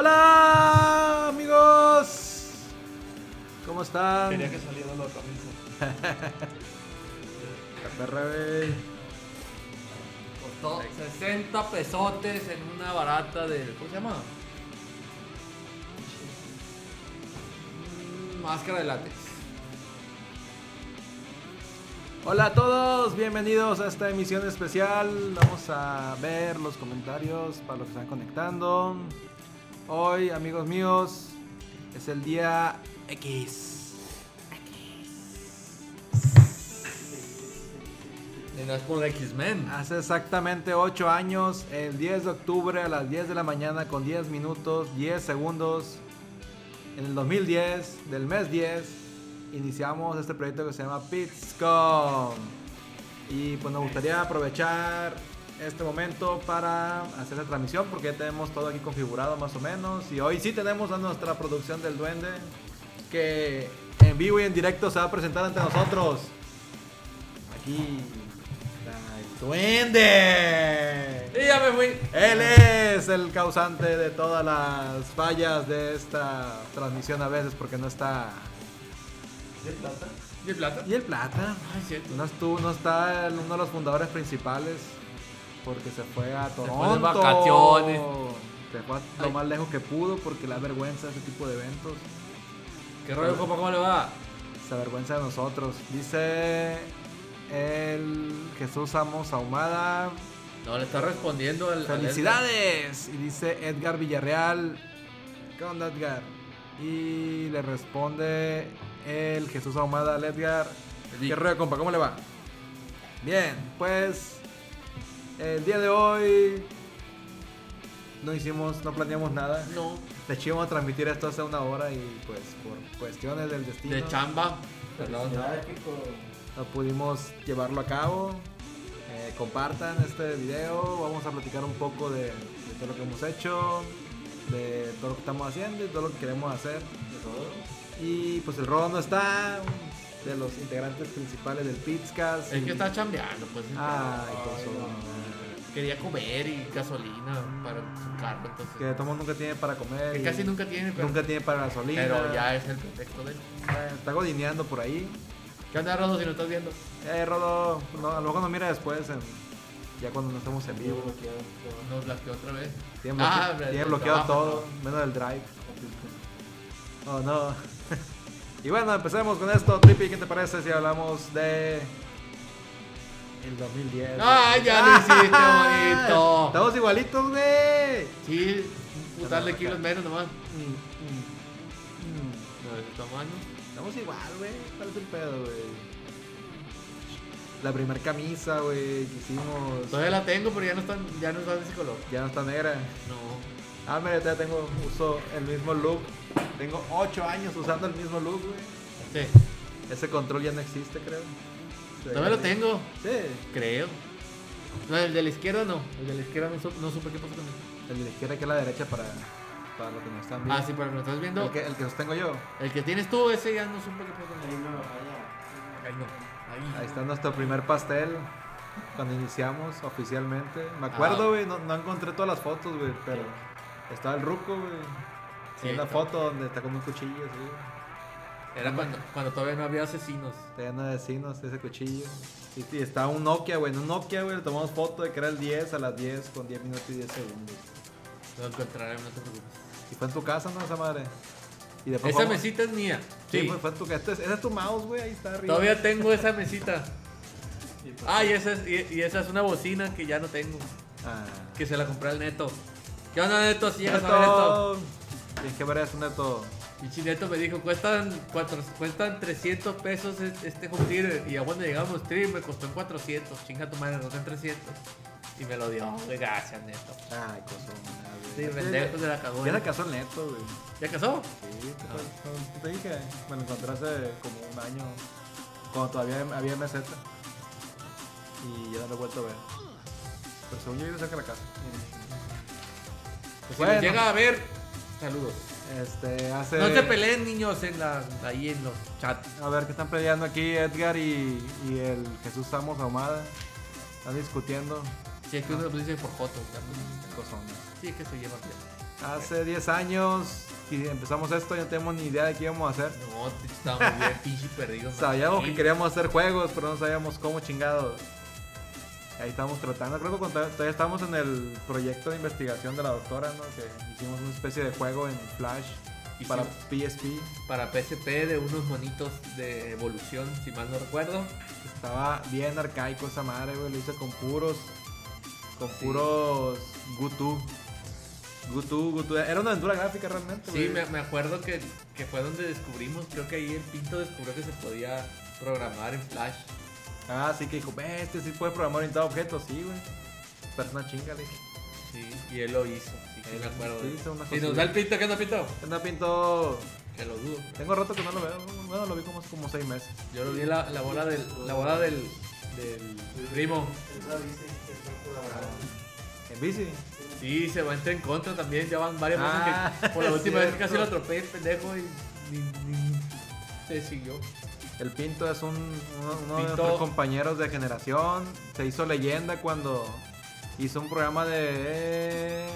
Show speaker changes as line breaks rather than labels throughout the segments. ¡Hola, amigos! ¿Cómo están?
Quería que saliera la camisa.
La perra, güey.
Costó 60 pesotes en una barata del. ¿Cómo se llama? Mm, Máscara de látex.
Hola a todos, bienvenidos a esta emisión especial. Vamos a ver los comentarios para los que están conectando. Hoy, amigos míos, es el día X.
Y no es por X-Men.
Hace exactamente 8 años, el 10 de octubre a las 10 de la mañana con 10 minutos, 10 segundos, en el 2010, del mes 10, iniciamos este proyecto que se llama Pitscom. Y pues nos gustaría aprovechar este momento para hacer la transmisión porque ya tenemos todo aquí configurado más o menos. Y hoy sí tenemos a nuestra producción del duende que en vivo y en directo se va a presentar ante nosotros. Aquí está el duende.
Y ya me fui.
Él es el causante de todas las fallas de esta transmisión a veces porque no está.
¿De plata?
¿De plata?
Y el plata.
Ay, cierto.
No estuvo, no está el- uno de los fundadores principales porque se fue a
fue de
Toronto.
vacaciones.
Se fue a lo
Ay.
más lejos que pudo porque la vergüenza ese tipo de eventos.
¿Qué rollo, compa? ¿Cómo le va?
Se avergüenza de nosotros. Dice el Jesús Amos Ahumada.
No, le está respondiendo al. al-
¡Felicidades! Y dice Edgar Villarreal. ¿Qué onda, Edgar? Y le responde el Jesús Ahumada al Edgar.
Sí.
¿Qué rollo, compa? ¿Cómo le va? Bien, pues el día de hoy no hicimos, no planeamos nada.
No.
De hecho, íbamos a transmitir esto hace una hora y pues por cuestiones del destino
De chamba. Perdón.
no pudimos llevarlo a cabo. Eh, compartan este video, vamos a platicar un poco de, de todo lo que hemos hecho, de todo lo que estamos haciendo y todo lo que queremos hacer. Y pues el Rodo no está, de los integrantes principales del Pizcas.
Es que está chambeando, pues.
Ay,
Ay,
con su-
Quería comer y gasolina para su carro, entonces.
Que Tomo nunca tiene para comer.
Que
y
casi nunca tiene, pero,
nunca tiene para gasolina.
pero ya es el pretexto de él.
Eh, Está godineando por ahí.
¿Qué onda, Rodo, si no estás viendo?
Eh, Rodo, no, a lo mejor nos mira después, en- ya cuando no estemos en vivo.
Nos bloqueó otra vez. Ah,
Tiene, bloque-
pero
tiene
del
bloqueado
trabajo,
todo, menos el drive. Oh no. y bueno, empecemos con esto. Trippy, ¿qué te parece si hablamos de. El 2010?
Ah, ya lo hiciste,
Ah,
bonito.
Estamos igualitos, güey.
¿no? Sí, un putal de kilos menos nomás.
Mm, mm, mm.
No, de tamaño.
Estamos igual, güey. ¿Cuál es el pedo, güey? La primer camisa, güey, que hicimos.
Todavía la tengo, pero ya no están, ya no están de ese color.
Ya no está negra.
No.
Ah, mira, ya tengo, uso el mismo look. Tengo 8 años usando el mismo look, güey.
Sí.
Ese control ya no existe, creo. Sí.
Todavía lo tengo,
Sí.
creo. No, el de la izquierda no. El de la izquierda no, supe- no supe qué pasó con él.
El de la izquierda que es la derecha para, para los que nos están viendo.
Ah, sí, pero lo estás viendo.
El que, el que sostengo yo.
El que tienes tú, ese ya no supe qué pasó con él. Ahí no.
Ahí está nuestro primer pastel. Cuando iniciamos oficialmente. Me acuerdo,
Ah.
güey. no, no encontré todas las fotos, güey. Pero estaba el ruco, güey.
Sí,
Sí,
ahí
una
está.
foto donde está con un cuchillo, así.
Era cuando, cuando todavía no había asesinos.
Tenía de vecinos ese cuchillo. Y, y estaba un Nokia, güey. En un Nokia, güey. Le tomamos foto de que era el 10 a las 10 con 10 minutos y 10 segundos.
Lo encontraremos, no te preocupes.
Y fue en tu casa, ¿no? Esa madre. Y después
Esa
vamos-
mesita es mía.
Sí, pues fue tu que este es- ese es tu mouse, güey, ahí está arriba. pues,
Todavía tengo esa mesita. Ah, y esa, es, y, y esa es una bocina que ya no tengo.
Ah.
Que se la compré al Neto. ¿Qué onda, Neto? Si llegas a ver esto.
Neto. Tienes que ver eso, Neto.
Y si Neto me dijo, cuestan, cuatro, cuestan 300 pesos es- este home theater. Y ya cuando llegamos stream me costó en 400. Chinga tu madre, no en 300. Y me lo dio. Güey, Gracias, Neto.
Ay, cosa.
Sí, pendejo se la cagó.
Eh, Ya
¿Ya,
se casó el Neto, güey.
casó?
Sí,
Ah.
¿qué fue? ¿Qué te dije? Me lo encontré hace como un año, cuando todavía había MZ. Y ya no lo he vuelto a ver. Pero según yo, yo saca la casa.
Pues
Bueno.
Si nos llega a ver, saludos.
Este, hace.
No se peleen, niños, en la, ahí en los chats.
A ver, que están peleando aquí Edgar y, y el Jesús Samos Ahumada. Están discutiendo
Si es que uno lo dice por fotos. ya, pues.
cosones.
Sí, que se lleva bien.
Hace 10 años y empezamos esto, ya no tenemos ni idea de qué íbamos a hacer.
No, t- estábamos bien pinche perdidos. man.
Sabíamos que
Sí.
queríamos hacer juegos, pero no sabíamos cómo chingados. Ahí estábamos tratando, creo que cuando todavía todavía estábamos en el proyecto de investigación de la doctora, ¿no? Que hicimos una especie de juego en Flash para
Hicimos-
PSP.
Para PSP de unos monitos de evolución, si mal no recuerdo.
Estaba bien arcaico esa madre, güey. Lo hice con puros. Con
Sí.
puros. Gutu. Gutu, Gutu. Era una aventura gráfica realmente, güey.
Sí, me, me acuerdo que, que fue donde descubrimos, creo que ahí el Pinto descubrió que se podía programar en Flash.
Ah, sí que dijo, "Ve, este sí puede programar orientado a objetos, sí, güey. Persona chinga, le dije.
Sí, y él lo hizo. Sí, sí
Él
me acuerdo.
hizo una
y
cosilla.
nos da el Pinto, ¿qué onda Pinto?
¿Qué onda, Pinto?
Que lo dudo.
Tengo rato que no lo veo. Bueno, lo vi como hace como seis meses.
Yo lo vi en la, la bola del. La bola del. del primo.
En bici.
Sí, se va a entrar en contra también. Ya van varias
Ah,
veces que. Por la
es
última vez que
cierto.
casi lo atropellé, pendejo, y ni, ni- se siguió.
El Pinto es un, uno, uno de
Pinto.
nuestros compañeros de generación. Se hizo leyenda cuando hizo un programa de eh,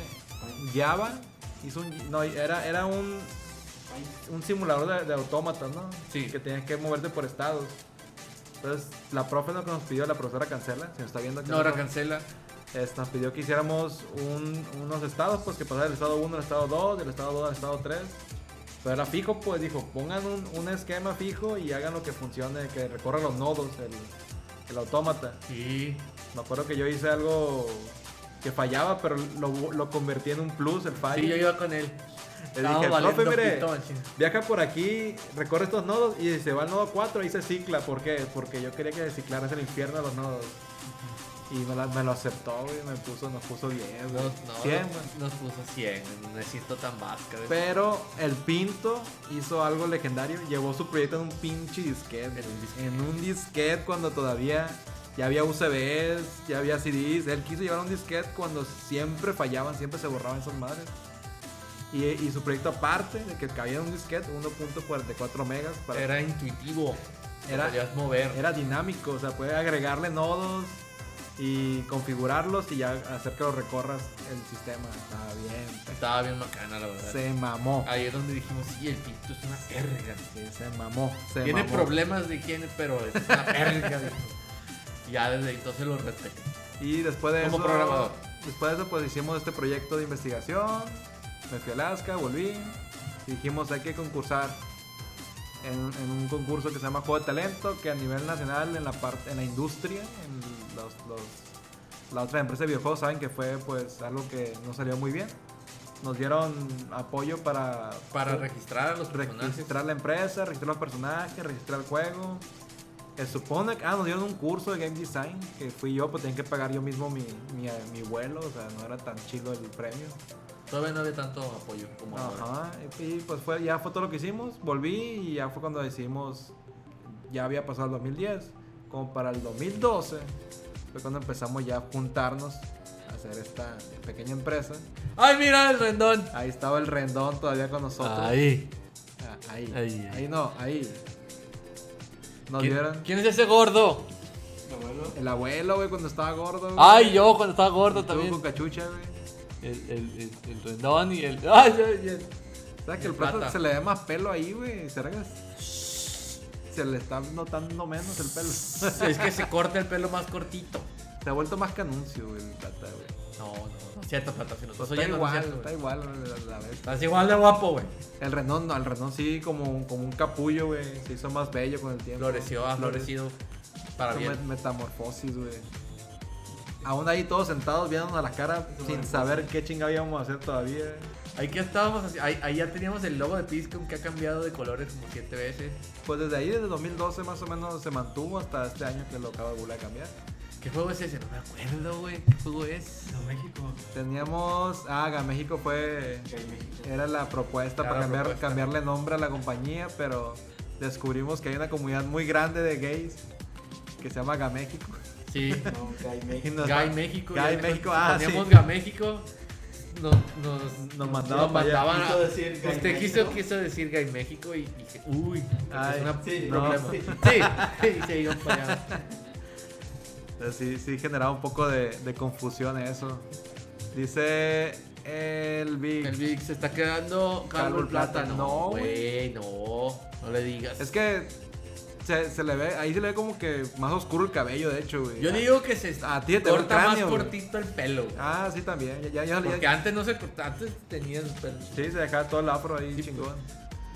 Java. Hizo un, no, era, era un, un simulador de, de autómatas, ¿no?
Sí.
Que tenías que moverte por estados. Entonces, la profe lo que nos pidió, la profesora Cancela, si nos está viendo,
No, ahora
Cancela,
cancela.
es, nos pidió que hiciéramos pues, un- unos estados, pues que pasara del estado 1 al estado 2, del estado 2 al estado 3. Pero era fijo, pues dijo, pongan un, un esquema fijo y hagan lo que funcione, que recorra los nodos, el, el autómata.
Sí.
Me acuerdo que yo hice algo que fallaba, pero lo, lo convertí en un plus, el fallo.
Sí, yo iba con él.
Le
Estábamos
dije,
valiendo
profe, mire,
pito, al chile.
viaja por aquí, recorre estos nodos y se va al nodo 4, ahí se cicla. ¿Por qué? Porque yo quería que se ciclaras el infierno de los nodos. Y me, la- me lo aceptó, güey, me puso, nos puso 10, güey,
Nos, no,
100,
nos-
güey.
nos puso 100, no necesito tan vasca. güey.
Pero el Pinto hizo algo legendario, llevó su proyecto en un pinche disquete.
En un disquete.
En un disquete cuando todavía ya había UCBs, ya había CDs. Él quiso llevar un disquete cuando siempre fallaban, siempre se borraban esas madres. Y, y su proyecto aparte, de que cabía en un disquete, 1.44 megas. Para,
Era intuitivo.
Era-
Era, podías mover.
era dinámico, o sea, puede agregarle nodos y configurarlos y ya hacer que lo recorras el sistema. Está bien.
Estaba bien bacana, la verdad.
Se mamó.
Ahí es donde dijimos, sí, el pinto es una verga.
Sí, se mamó. Se
Tiene
mamó.
problemas de higiene, pero es una verga. dijo. ya desde ahí entonces lo respeto.
Y después de
Como
eso.
programador.
Después de eso, pues hicimos este proyecto de investigación. Me fui a Alaska, volví. Y dijimos, hay que concursar en, en un concurso que se llama Juego de Talento, que a nivel nacional, en la, parte en la industria, en los, los- la otra empresa de videojuegos, saben que fue pues algo que no salió muy bien. Nos dieron apoyo para,
Para registrar a los personajes.
registrar la empresa, registrar los personajes, registrar el juego. Se supone que. Ah, nos dieron un curso de game design que fui yo, pues tenía que pagar yo mismo mi, mi, mi vuelo, o sea, no era tan chido el premio.
Todavía no había tanto apoyo como ahora.
Ajá, y y, pues fue, ya fue todo lo que hicimos. Volví y ya fue cuando decidimos. Ya había pasado el 2010. Como para el 2012 fue cuando empezamos ya a juntarnos a hacer esta pequeña empresa.
¡Ay, mira el rendón!
Ahí estaba el rendón todavía con nosotros.
Ahí.
Ah, Ahí. Ahí,
Ahí.
no, ahí. Nos
¿Quién,
vieron.
quién es ese gordo?
Mi abuelo.
El abuelo, güey, cuando estaba gordo. güey.
¡Ay, yo cuando estaba gordo
Estuvo
también!
con cachucha, güey.
El, el, el, el rendón y el. ¡Ay, ay, ay!
¿Sabes que
El
el plato
pata.
se le ve más pelo ahí, güey? ¿Será que es- se le está notando menos el pelo? se
Es que se corta el pelo más cortito.
ha vuelto más canuncio, güey, el plata, güey.
No, no, no es cierto, Plata. Si nos
Pues
estás
está
oyendo, no es
igual,
cierto,
está
güey.
igual, güey, la, la vez.
Estás igual de guapo, güey.
El Renón, no, el Renón sí, como, un- como un capullo, güey. Se hizo más bello con el tiempo.
Floreció, ha
Flore-
florecido para
Hizo
Ah, bien.
met- metamorfosis, güey. Aún ahí todos sentados viéndonos a la cara sin saber qué chinga íbamos a hacer todavía. güey.
Ahí que estábamos, así- ahí, ahí ya teníamos el logo de Piscom que ha cambiado de colores como siete veces.
Pues desde ahí, desde 2012 más o menos se mantuvo hasta este año que lo acabo de volver a cambiar.
¿Qué juego es ese? No me acuerdo, güey. ¿Qué juego es?
No, México.
Teníamos, ah, México fue,
Que hay México.
era la propuesta
Era
para
la
cambiar,
propuesta.
cambiarle nombre a la compañía, pero descubrimos que hay una comunidad muy grande de gays que se llama Gaméxico.
Sí.
Eh,
No, que hay
Y
México.
nos-
Gay México.
Gay
ya
México,
nos
ah,
Poníamos
sí.
Gay México. Nos, nos,
Nos mandaban para allá.
mandaban
Quiso
a-
decir Gay
Usted
México.
quiso, quiso decir Gay México y, y dije, uy,
Ay,
es una-
sí,
un
no,
problema.
sí.
Sí, y se iban para allá.
Entonces, sí, sí generaba un poco de, de confusión eso. Dice El Big.
El Vic se está quedando calvo el plátano.
No,
güey, no. No le digas.
Es que se, se le ve, ahí se le ve como que más oscuro el cabello, de hecho, güey.
Yo digo que se
A ti te ve el
corta más
cráneo, güey.
cortito el pelo. güey.
Ah, sí, también. Ya, ya, ya,
Porque
ya-
antes no se cortaba, antes tenía el pelo.
Sí, se dejaba todo el afro ahí, chingón.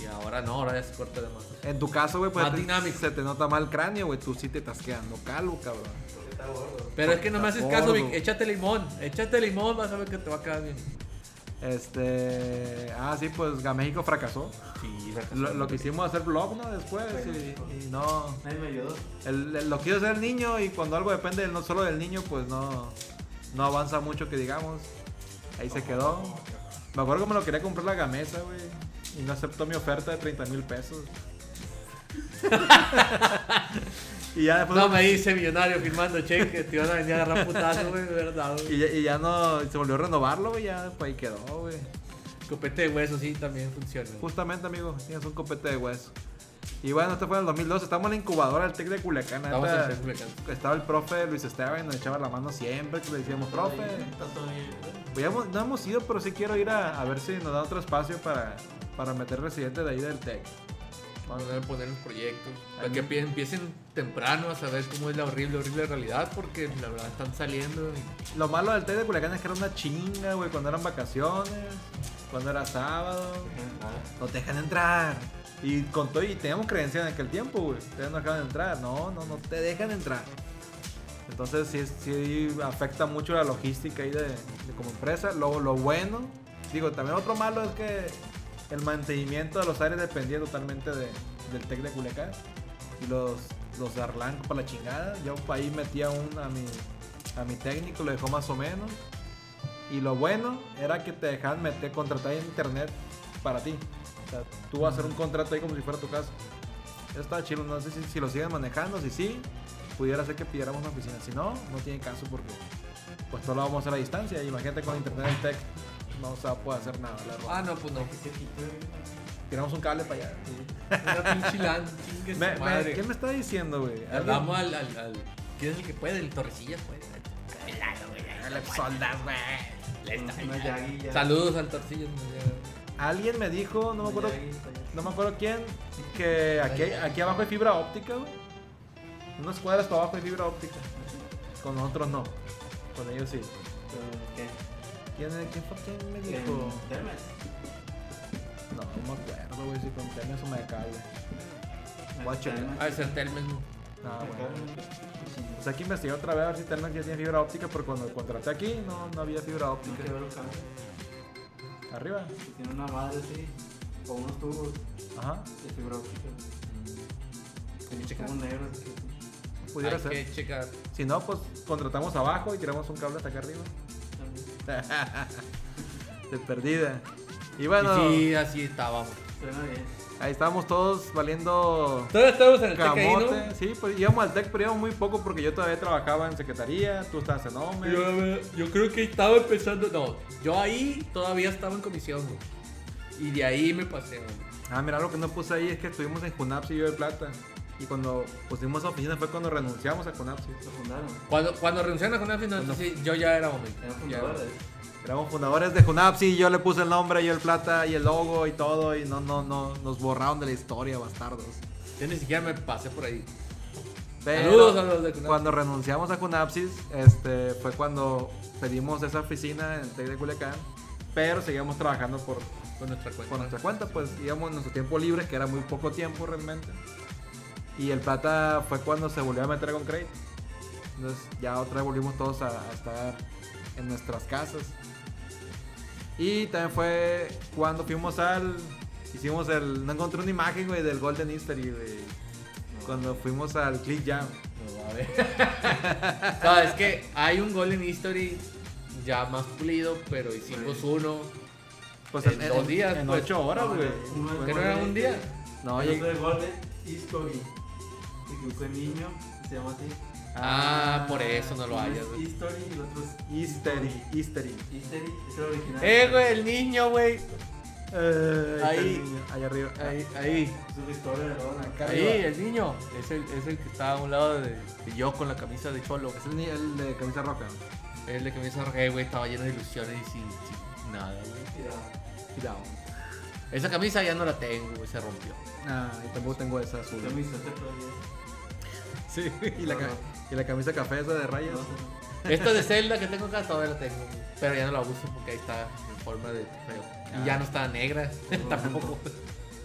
Y ahora no, ahora ya se corta de más.
En tu caso, güey, pues
pues. Más
te-
dinámico.
se te nota mal el cráneo, güey. Tú sí te estás quedando calvo, cabrón.
Porque está gordo.
Pero es que no me haces
Gordo.
caso, Vic. Échate limón. Échate limón, vas a ver que te va a quedar bien.
Este. Ah, sí, pues México fracasó.
Sí,
Lo, lo que hicimos hacer blog, ¿no? Después. Y, y no.
Nadie me ayudó.
El- el- lo quiso hacer el niño y cuando algo depende del- no solo del niño, pues no, no avanza mucho que digamos. Ahí se quedó. Me acuerdo que me lo quería comprar la gamesa, güey. Y no aceptó mi oferta de 30 mil pesos. y ya después...
No me hice millonario firmando cheques, te iban a venir a agarrar putazo, güey, de verdad, güey.
y, ya, y ya no... Se volvió a renovarlo, güey. Ya pues ahí quedó, güey.
Copete de hueso, sí, también funciona.
Justamente, amigo. Tienes un copete de hueso. Y bueno, esto fue en el 2012. Estamos en la incubadora del Tec de Culiacán.
Estamos
neta.
en el Culiacán.
Estaba el profe Luis Esteban y nos echaba la mano siempre que le decíamos, profe.
Está todo bien. ¿eh?
Pues ya hemos- no hemos ido, pero sí quiero ir a, a ver si nos da otro espacio para, para meter residentes de ahí del TEC.
Vamos a poner un proyecto. Para
Ahí.
que empie- empiecen temprano a saber cómo es la horrible, horrible realidad, porque la verdad están saliendo. y-
Lo malo del TEC de Culiacán es que era una chinga, güey, cuando eran vacaciones, cuando era sábado. No te dejan entrar. Y con todo, y teníamos creencia en aquel tiempo, güey. Ustedes no dejan entrar. No, no, no te dejan entrar. Entonces sí, es- sí afecta mucho la logística ahí de, de como empresa. Lo, lo bueno, digo, también otro malo es que el mantenimiento de los aires dependía totalmente de- del TEC de Culiacán. Y los, los Arlanco para la chingada. Yo ahí metía un a mi, a mi técnico, lo dejó más o menos. Y lo bueno era que te dejaban meter, contratar en internet para ti. O sea, tú vas a hacer un contrato ahí como si fuera tu casa. Eso está chido, no sé si, si lo siguen manejando, si sí, pudiera ser que pidiéramos una oficina. Si no, no tiene caso porque pues todo lo vamos a hacer a distancia. Imagínate con internet en tech, no se va a poder hacer nada. La
Ah,
verdad.
no, pues no.
Que se quitó. ¿eh?
Tiramos un cable para allá.
Una pinche LAN, chingue su
Me- me-
madre.
¿Qué me está diciendo, güey? ¿Alguien?
Hablamos al, al, al- ¿Quién es el que puede? El Torrecillas, güey. Pelado, güey.
Dale, pues, soldas, güey.
Le está-
Una llaguilla.
Saludos al Torrecillas. güey.
Alguien me dijo, no me acuerdo,
Una llaguita, ya.
no me acuerdo quién, que aquí, aquí abajo hay fibra óptica, güey. Unas cuadras para abajo hay fibra óptica. Con nosotros no. Con ellos sí.
Pero, ¿Qué?
¿Quién, quién, fue- quién me
¿En
dijo?
Termes?
No, no me acuerdo, güey, si con Telmex o Megacable. Voy a
¿En
checar.
Termes?
Ah, es el Telmex, güey.
Ah,
¿En
bueno.
Termes? Sí.
Pues hay que investigar otra vez a ver si Telmex ya tiene fibra óptica, porque cuando contraté aquí no, no había fibra
Tiene que
óptica.
ver los cables.
Arriba.
Si tiene una madre así, con unos tubos
Ajá.
de fibra óptica.
Mm.
Hay que checar.
Como negros. así.
Pudiera
Hay
ser.
que checar.
Si no, pues contratamos abajo y tiramos un cable hasta acá arriba.
También.
De perdida. Y bueno,
Y sí, así estábamos.
Suena bien.
ahí estábamos todos valiendo
Todavía estamos en el TEC ahí, ¿no?
camote. Sí, pues íbamos al TEC, pero íbamos muy poco porque yo todavía trabajaba en secretaría, tú estabas en hombre.
Yo, yo creo que estaba empezando. No, yo ahí todavía estaba en comisión, güey. Y de ahí me pasé, güey.
Ah, mira, lo que no puse ahí es que estuvimos en Junaps y yo de plata. Y cuando pusimos esa oficina fue cuando renunciamos a Junapsi.
Lo fundaron.
Cuando, cuando renunciaron a Jonás,
No.
yo ya era hombre.
Eran
Ya.
fundadores.
Éramos fundadores de Junapsi y yo le puse el nombre, yo el plata y el logo y todo. Y no, no, no, nos borraron de la historia, bastardos.
Yo ni siquiera me pasé por ahí.
Pero
Saludos a los de Cunapsis.
Cuando renunciamos a Cunapsis, este, fue cuando pedimos esa oficina en el Tec de Culiacán, pero seguíamos trabajando por,
Con nuestra cuenta.
por nuestra cuenta, pues íbamos en nuestro tiempo libre, que era muy poco tiempo realmente. Y el plata fue cuando se volvió a meter con Craig. Entonces ya otra vez volvimos todos a, a estar en nuestras casas. Y también fue cuando fuimos al... Hicimos el... No encontré una imagen, güey, del Golden History, güey. Cuando fuimos al Click Jam.
No, a ver. no, es que hay un gol en History ya más pulido, pero hicimos uno.
Pues
En dos días,
En
pues.
ocho horas, güey.
Uno de
¿Que no era un día?
No,
El
oye.
otro de Golden History. Y que fue niño, se llama así.
Ah, por eso no lo
Uno
hayas.
es
güey.
History y el otro es
History, history.
History es el original.
Eh, güey, el niño, güey. Ahí.
Allá arriba.
Ahí, ahí.
Es una historia de Rona.
Acá.
Ahí, el niño. Es el, es el que estaba a un lado de, de yo con la camisa de cholo.
Es el, ni- el de camisa roja.
Eh, Es el de camisa roja, güey, estaba lleno de ilusiones y sin, sin Nada, güey.
Ya.
Cuidado.
Esa camisa ya no la tengo, güey, se rompió.
Ah, y tampoco tengo esa azul.
Ya me insulté todavía.
Sí, y la, ca- y la camisa café esa de rayas.
No sé.
Esta de Zelda que tengo acá todavía la tengo, güey. pero ya no la uso porque ahí está en forma de trofeo.
Ah.
Y ya no está negra,
No.
tampoco.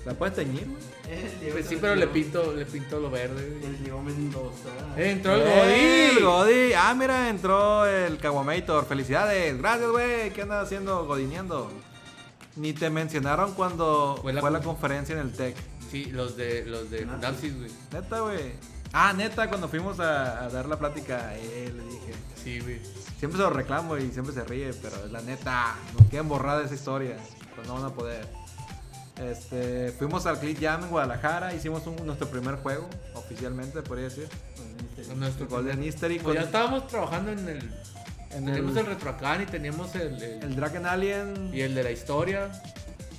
¿La puedes teñir? güey?
El Diego
Pues sí,
se
pero le
metió.
pinto, le pinto lo verde. güey.
El Diego Mendoza.
Entró el
¡Eh, el
Godín.
Godín! Ah, mira, entró el Caguamator. Felicidades. Gracias, güey. ¿Qué andas haciendo, godineando? Ni te mencionaron cuando
Fue
fue
la
la,
con-
conferencia en el TEC.
Sí, los de los de
Ah, sí.
Napsis, güey.
Neta, güey. Ah, neta, cuando fuimos a, a dar la plática, eh, le dije.
Sí, güey.
Siempre se lo reclamo y siempre se ríe, pero es la neta. Nos queda borrada esa historia. Pues no van a poder. Este, fuimos al Click Jam en Guadalajara, hicimos un- nuestro primer juego, oficialmente, podría decir.
este,
Nuestro-
Golden History
Pues
con-
ya estábamos trabajando en el
en
teníamos
el-
el retroacán y teníamos el, el-
El Dragon Alien.
y el de la historia.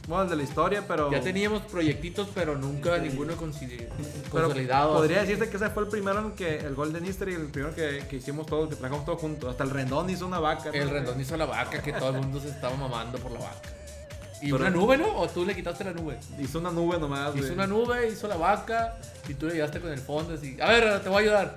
Bueno, el de la historia, pero.
Ya teníamos proyectitos, pero nunca
Sí.
ninguno consi-
pero
consolidado.
Podría
así.
decirte que ese fue el primero en que. El Golden History, el primero que, que hicimos todos, que trabajamos todos juntos. Hasta el Rendón hizo una vaca. ¿no?
El rendón hizo la vaca, que todo el mundo se estaba mamando por la vaca. Y
Pero-
una nube, ¿no? ¿O tú le quitaste la nube?
Hizo una nube nomás.
Hizo
güey.
una nube, hizo la vaca, y tú le llegaste con el fondo así. A ver, te voy a ayudar.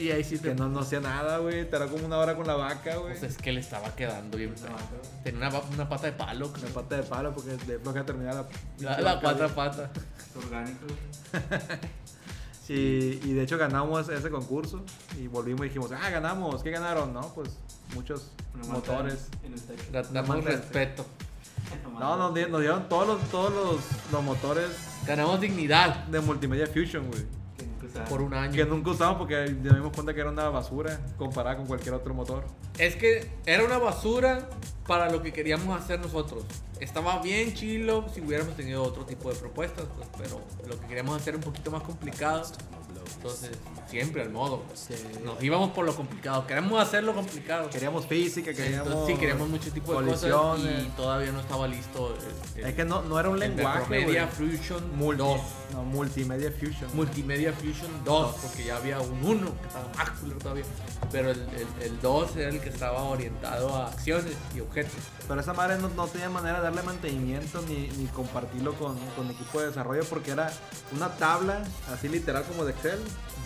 Y ahí sí te...
Que no, no hacía nada, güey. Tardó como una hora con la vaca, güey.
Pues es que le estaba quedando bien. feo.
vaca.
Tenía una, va- una pata de palo.
La
creo.
pata de palo, porque de bloquea terminar la.
La,
pinche
la
vaca,
cuatro
güey.
pata.
Es orgánico.
Sí, y de hecho ganamos ese concurso. Y volvimos y dijimos, ah, ganamos. ¿Qué ganaron? No, pues muchos
Lo mataron
motores.
En el techo.
Da- Damos
mataste.
respeto.
Lo
No,
mataron.
nos, di- nos dieron todos los, todos los, los motores
Ganamos dignidad
de Multimedia Fusion, güey.
Que nunca usaron.
por un año.
Que nunca usamos porque nos dimos cuenta que era una basura comparada con cualquier otro motor.
Es que era una basura para lo que queríamos hacer nosotros. Estaba bien chilo si hubiéramos tenido otro tipo de propuestas, pues, pero lo que queríamos hacer era un poquito más complicado. Entonces, siempre al modo. pues.
Sí.
Nos íbamos por lo complicado. Queremos hacerlo complicado.
Queríamos física, queríamos.
Entonces, sí, queríamos mucho tipo de cosas y
colisiones.
todavía no estaba listo. el- el-
Es que no, no era un
el
lenguaje. güey.
Media Fusion
Multi-
2.
No, Multimedia Fusion.
Multimedia Fusion 2, porque ya había un 1 que estaba más culero todavía. Pero el, el, el 2 era el que estaba orientado a acciones y objetos.
Pero esa madre no, no tenía manera de darle mantenimiento ni, ni compartirlo con, con equipo de desarrollo porque era una tabla, así literal como de Excel,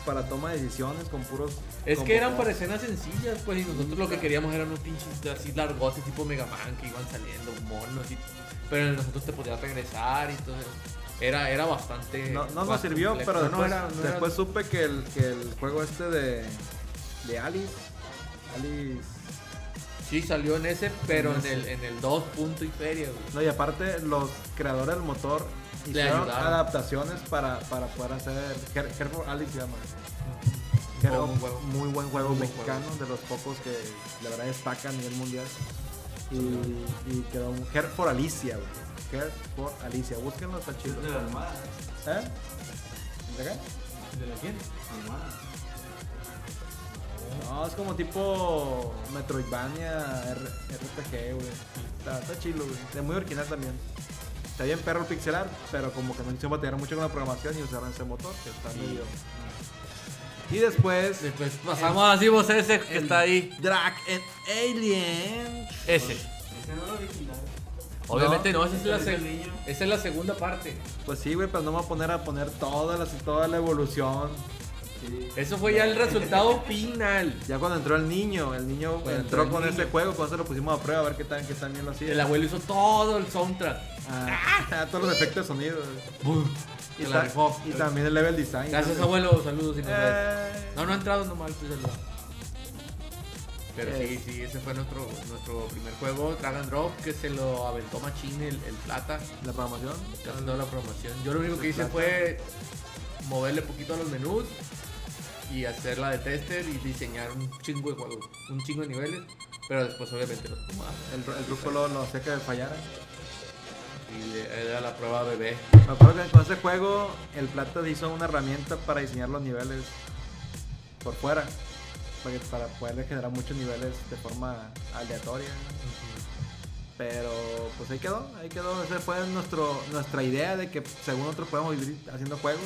para toma de decisiones con puros.
Es
con
que eran para
puros-
escenas sencillas, pues, y nosotros lo que queríamos eran unos pinches así largotes tipo Mega Man que iban saliendo, monos y. Pero nosotros te podías regresar y todo eso. Era, era bastante.
No, no nos
bastante
sirvió,
complejo.
pero
No,
después,
no era- no era-
después supe que el, que el juego este de, de Alice. Alice.
Sí, salió en ese, pero
En
en el, en el 2 punto y feria, güey.
No, y aparte, los creadores del motor
Le
hicieron
ayudaron.
adaptaciones para, para poder hacer. Care, Care for Alice se llama. Que era
Oh,
un
un juego.
muy buen juego
Muy buen
mexicano, de los pocos que la verdad destaca a nivel mundial. Y, y quedó un Care for Alicia, güey. Care for Alicia, búsquenlo, está chido.
Es de la Armada.
¿Eh? ¿De acá?
¿De la quién?
Armada.
No, es como tipo Metroidvania, R- RPG, güey. Está, está chido, güey. Es muy original también. Está bien perro el pixelar, pero como que no hicieron batallar mucho con la programación y usaron ese motor, que está
Sí.
medio... Y después...
Después pasamos a Cibos ese que
el
está ahí.
Drag and Alien.
Ese.
Ese no era original.
Obviamente no, esa, es
Ese
la
es
seg-
el niño.
esa es la segunda parte.
Pues sí, güey, pero no me voy a poner a poner toda la, toda la evolución.
Sí.
Eso fue ya el resultado final.
Ya cuando entró el niño, el niño
Cuando
entró
entró el
con
niño.
ese juego, cuando se lo pusimos a prueba a ver qué tan, qué tan bien lo hacía.
El abuelo hizo todo el soundtrack.
Ah, todos los efectos de sonido. güey. Y,
Se la
ta-
rifó.
y también el level design.
Gracias,
¿no?
abuelo. Saludos. y nos ves.
Eh,
No, no ha entrado nomás tu celular. Pero sí,
Eh.
sí, ese fue nuestro, nuestro primer juego, Drag and Drop, que se lo aventó Machín el, el plata.
La programación.
Casi toda la promoción. Yo lo único que hice
Plata.
fue moverle poquito a los menús y hacer la de tester y diseñar un chingo de juegos, un chingo de niveles, pero después obviamente los tomaba.
El, el truco lo, lo hacía que fallara.
Y le- era la prueba bebé.
Me acuerdo que con ese juego, el Plata hizo una herramienta para diseñar los niveles por fuera. Porque para poder generar muchos niveles de forma aleatoria. Pero pues ahí quedó, ahí quedó. Esa fue nuestro, nuestra idea de que según nosotros podemos vivir haciendo juegos.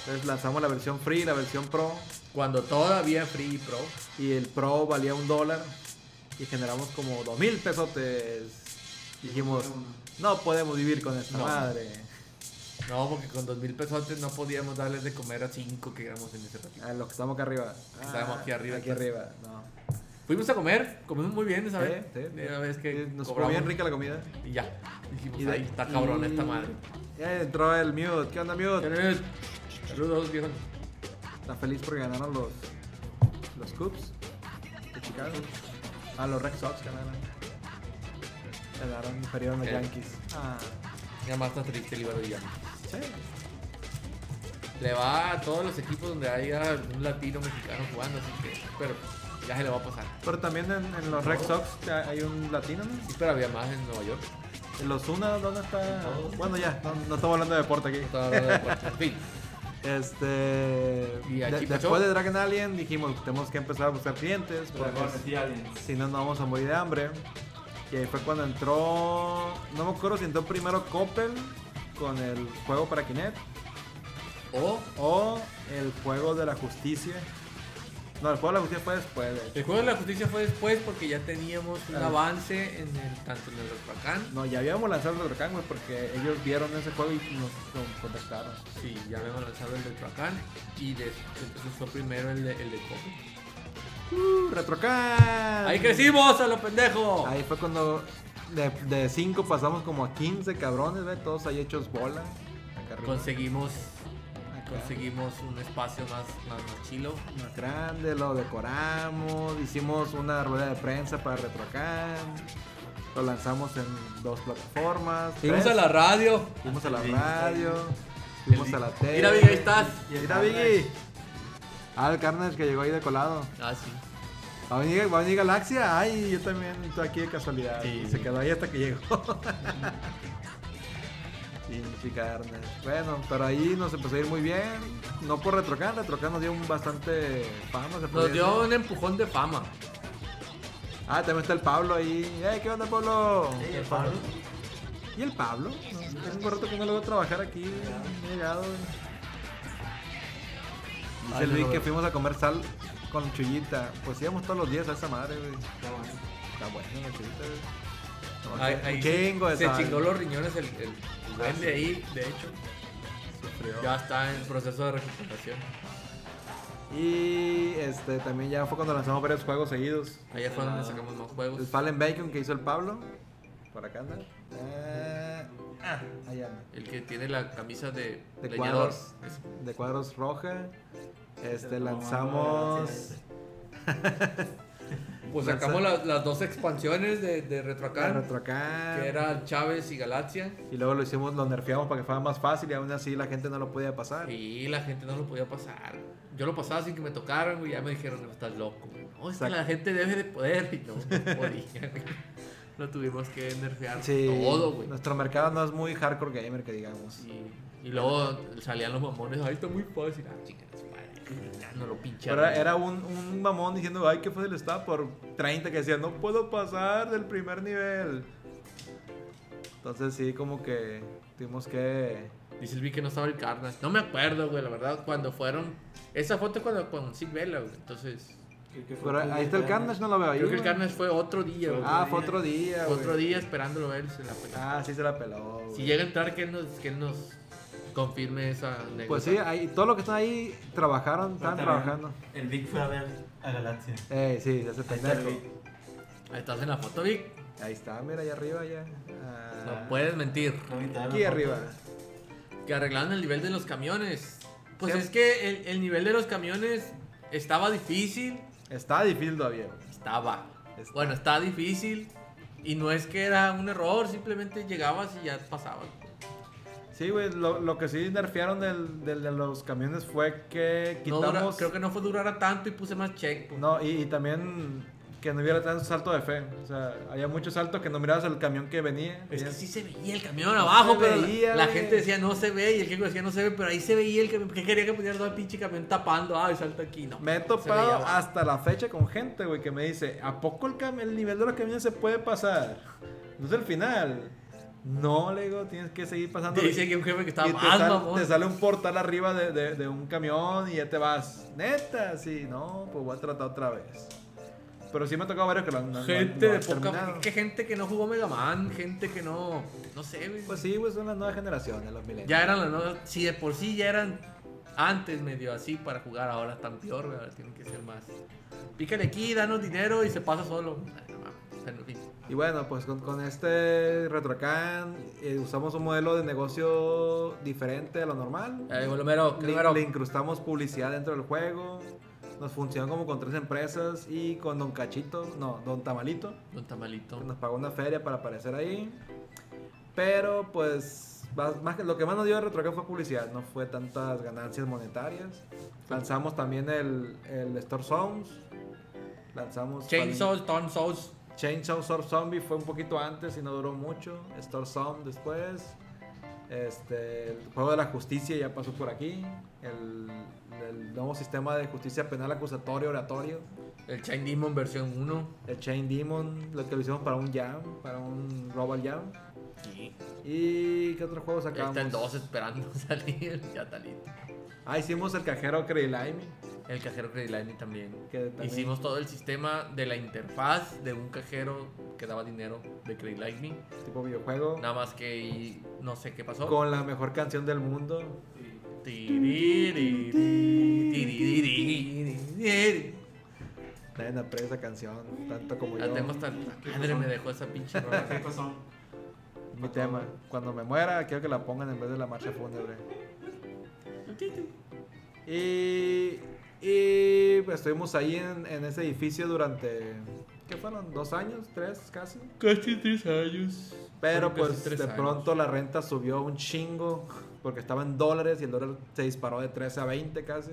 Entonces lanzamos la versión free, la versión pro.
Cuando todavía Free Pro,
y el Pro valía un dólar. y generamos como dos mil pesotes. Dijimos, no podemos vivir con esta
No.
madre.
No, porque con dos mil pesotes no podíamos darles de comer a cinco que éramos en ese ratito.
A los que estamos acá arriba.
Que estamos aquí arriba,
Aquí
entonces.
arriba, no.
Fuimos a comer, comimos muy bien esa vez.
Sí, sí.
De Una vez que
Eh, Nos fue
cobramos
bien rica la comida.
Y ya. Dijimos,
de-
ahí está cabrón
y-
esta madre.
Ya entró el mute. ¿Qué onda, mute?
Saludos, viejo.
Está feliz porque ganaron los, los Cubs de Chicago. Ah, los Red Sox ganaron. Ganaron, perdieron los
Ok.
Yankees. Ah,
Ya más está triste el Ibero Villano.
sí.
Le va a todos los equipos donde haya un latino mexicano jugando, así que. Pero ya se le va a pasar.
Pero también en, en los Red Sox ya hay un latino, ¿no?
Sí, pero había más en Nueva York.
En los Una, ¿dónde está?
Todos.
Bueno, ya, no, no estamos hablando de deporte aquí.
Estaba hablando de deporte. En fin.
Este.
Y
de-
aquí pasó.
después de Dragon Alien dijimos, tenemos que empezar a buscar clientes. porque
Dragones y aliens.
si no nos vamos a morir de hambre. Y ahí fue cuando entró, no me acuerdo si entró primero Coppel con el juego para Kinect
O
o el juego de la justicia. No, el juego de la justicia fue después. de hecho.
el juego de la justicia fue después porque ya teníamos un
Ah.
avance en el, tanto en el Rotracán.
No, ya habíamos lanzado el Huracán, güey, porque ellos vieron ese juego y nos, nos contactaron.
Sí, ya habíamos lanzado el Rotracán. Y des- entonces fue primero el de, el de Coppel.
¡Uh, ¡Retrocán!
Ahí crecimos a los pendejos.
Ah, Ahí fue cuando de 5 pasamos como a 15 cabrones, güey, todos ahí hechos bola. Acá arriba.
Conseguimos,
Acá.
conseguimos un espacio más, más, más chilo.
más grande, lo decoramos, hicimos una rueda de prensa para Retrocam, lo lanzamos en dos plataformas.
Fuimos a
tres,
la radio.
fuimos a la
El link.
radio, fuimos
link.
a la tele.
Mira, Viga, ahí estás.
Y el
Mira,
Carnage.
Vicky. Ah, el Carnage que llegó ahí de colado.
Ah, sí.
¿Va a venir, va a venir Galaxia? Ay, yo también estoy aquí de casualidad.
Sí.
Y se quedó ahí hasta que llegó. Pinche carne. Bueno, pero ahí nos empezó a ir muy bien. No por Retrocan, Retrocan nos dio un bastante fama. se podría
Nos dio
decir.
un empujón de fama.
Ah, también está el Pablo ahí. ¡Ey, qué onda, Pablo!
Sí, el Pablo.
¿Y el Pablo? No, tengo un rato que no lo veo trabajar aquí. No he llegado. Dice
Ay,
el
no lo
Vic que
veo.
fuimos a comer sal con chullita. Pues íbamos todos los días a esa madre, güey.
Está bueno.
Está bueno la chullita, güey. No,
Ahí-
un
ahí
chingo de
se
sal.
chingó los riñones el, el, el buen de ahí, de hecho.
Sufrió.
Ya está en proceso de recuperación.
Y este, también ya fue cuando lanzamos varios juegos seguidos.
Allá fue donde sacamos más
El
juegos.
Fallen Bacon que hizo el Pablo. Por acá anda. Eh, ah, allá anda.
El que tiene la camisa de,
De
leñador.
cuadros.
Es-
de cuadros roja. Este,
Pero
lanzamos
Pues
Lanza-
sacamos las, las dos expansiones de, de Retroacán,
Retrocan.
que era Chávez y Galaxia.
Y luego lo hicimos, lo nerfeamos para que fuera más fácil y aún así la gente no lo podía pasar.
Y la gente no lo podía pasar. Yo lo pasaba sin que me tocaran, güey. Ya me dijeron, estás loco. güey. No, es que
Exacto.
la gente debe de poder. Y no, no podía, güey. Lo tuvimos que nerfear
Sí,
todo, güey.
nuestro mercado no es muy hardcore gamer que digamos.
Y, y luego salían los mamones. Ay, está muy fácil. Ah, chica, su madre. No lo pincharon.
Pero era un, un mamón diciendo, ay, que fue el estaba por 30 que decía, no puedo pasar del primer nivel. Entonces sí, como que tuvimos que...
Dice el Vic que no estaba el Carnage. No me acuerdo, güey, la verdad. Cuando fueron. Esa foto es cuando con Sid Vela, güey. Entonces.
Creo que fue
Pero
otro
ahí está el
día.
Carnage, no lo veo ahí.
Creo que el
güey.
Carnage fue otro día, güey.
Ah, fue otro día,
Fue otro
güey.
día esperándolo a él. Se la peló.
Ah, sí se la peló. güey.
Si llega a entrar, que él nos, que él nos confirme esa anécdota.
Pues sí, ahí, todos los que están ahí trabajaron,
Pero
están
también
trabajando.
El Vic fue a ver a Galaxia.
Eh, sí, se hace
Ahí está el
pendejo.
Vic.
Ahí estás en la foto, Vic.
Ahí está, mira, allá arriba, ya. Ah,
No puedes mentir.
No, ahorita la
Aquí
foto.
arriba.
Que arreglaron el nivel de los camiones. Pues
Sí.
es que el, el nivel de los camiones estaba difícil.
Está difícil todavía. güey.
Estaba.
Está.
Bueno, está difícil. Y no es que era un error, simplemente llegabas y ya pasabas.
Sí, güey, lo, lo que sí nerfearon del, del- de los camiones fue que
No
quitamos...
dura- creo que no fue durara tanto y puse más pues. checkpoint.
No, y, y también que no hubiera tanto salto de fe. O sea, había muchos saltos que no mirabas el camión que venía.
Es que
Veías-
sí se veía el camión abajo,
se
pero la-
veía,
la,
güey.
gente decía no se ve y el que decía no se ve, pero ahí se veía el camión. ¿Qué quería que pudiera todo el pinche camión tapando? Ay, salta aquí, no.
Me he
se
topado
veía abajo.
hasta la fecha con gente, güey, que me dice, ¿a poco el, cam- el nivel de los camiones se puede pasar? No es el final. No, le digo, tienes que seguir pasando.
Te dice que un jefe que estaba
Y te,
más
sal-
mamón.
te sale un portal arriba de, de- de un camión y ya te vas. Neta, sí, no, pues voy a tratar otra vez. Pero sí me ha tocado varios que lo han. lo han-
Gente
lo
de
han
poca.
terminado.
Que gente que no jugó Mega Man, gente que no. No sé, güey.
Pues sí, güey, son las nuevas generaciones, los milenios.
Ya eran las nuevas. Si de por sí ya eran antes medio así para jugar, ahora están peor, güey. Ahora tienen que ser más. Pícale aquí, danos dinero y se pasa solo. Ay, no mames, o sea, en fin.
Y bueno, pues con, con este RetroCan eh, usamos un modelo de negocio diferente a lo normal.
Ay, Golomero, ¿qué
Le,
número?
le incrustamos publicidad dentro del juego. Nos funcionó como con tres empresas y con Don Cachito, no, Don Tamalito,
Don Tamalito.
que nos pagó una feria para aparecer ahí. Pero pues más, más que- lo que más nos dio RetroCan fue publicidad, no fue tantas ganancias monetarias. Lanzamos también el, el Store Sounds. Lanzamos
Chainsaws, Ton Souls.
Chainsaw Sword Zombie fue un poquito antes y no duró mucho. Star Sound después. Este, el juego de la justicia ya pasó por aquí. El, el nuevo sistema de justicia penal acusatorio oratorio.
El Chain Demon versión 1.
El Chain Demon, lo que lo hicimos para un jam, para un Global Jam.
Sí.
¿Y qué otro juego
Ya
sacamos?
está el 2 esperando salir. Ya está listo.
Ah, hicimos el cajero Credilime.
El cajero Credilani también.
Que también-
Hicimos todo el sistema de la interfaz de un cajero que daba dinero de Credit Lightning.
Tipo videojuego.
Nada más que y no sé qué pasó.
Con la mejor canción del mundo.
Sí.
Tiririri, tiririri.
Nadie aprecia esa canción, tanto como
La
yo.
tengo hasta la madre me dejó esa pinche
¿Qué
rola.
pasó?
Mi tema. Cuando me muera, quiero que la pongan en vez de la marcha fúnebre. Y, y pues, estuvimos ahí en, en ese edificio durante, ¿qué fueron? ¿Dos años? ¿Tres casi?
Casi tres años.
Pero
Fueron casi
pues
tres
de
años.
pronto la renta subió un chingo porque estaba en dólares y el dólar se disparó de 13 a 20 casi.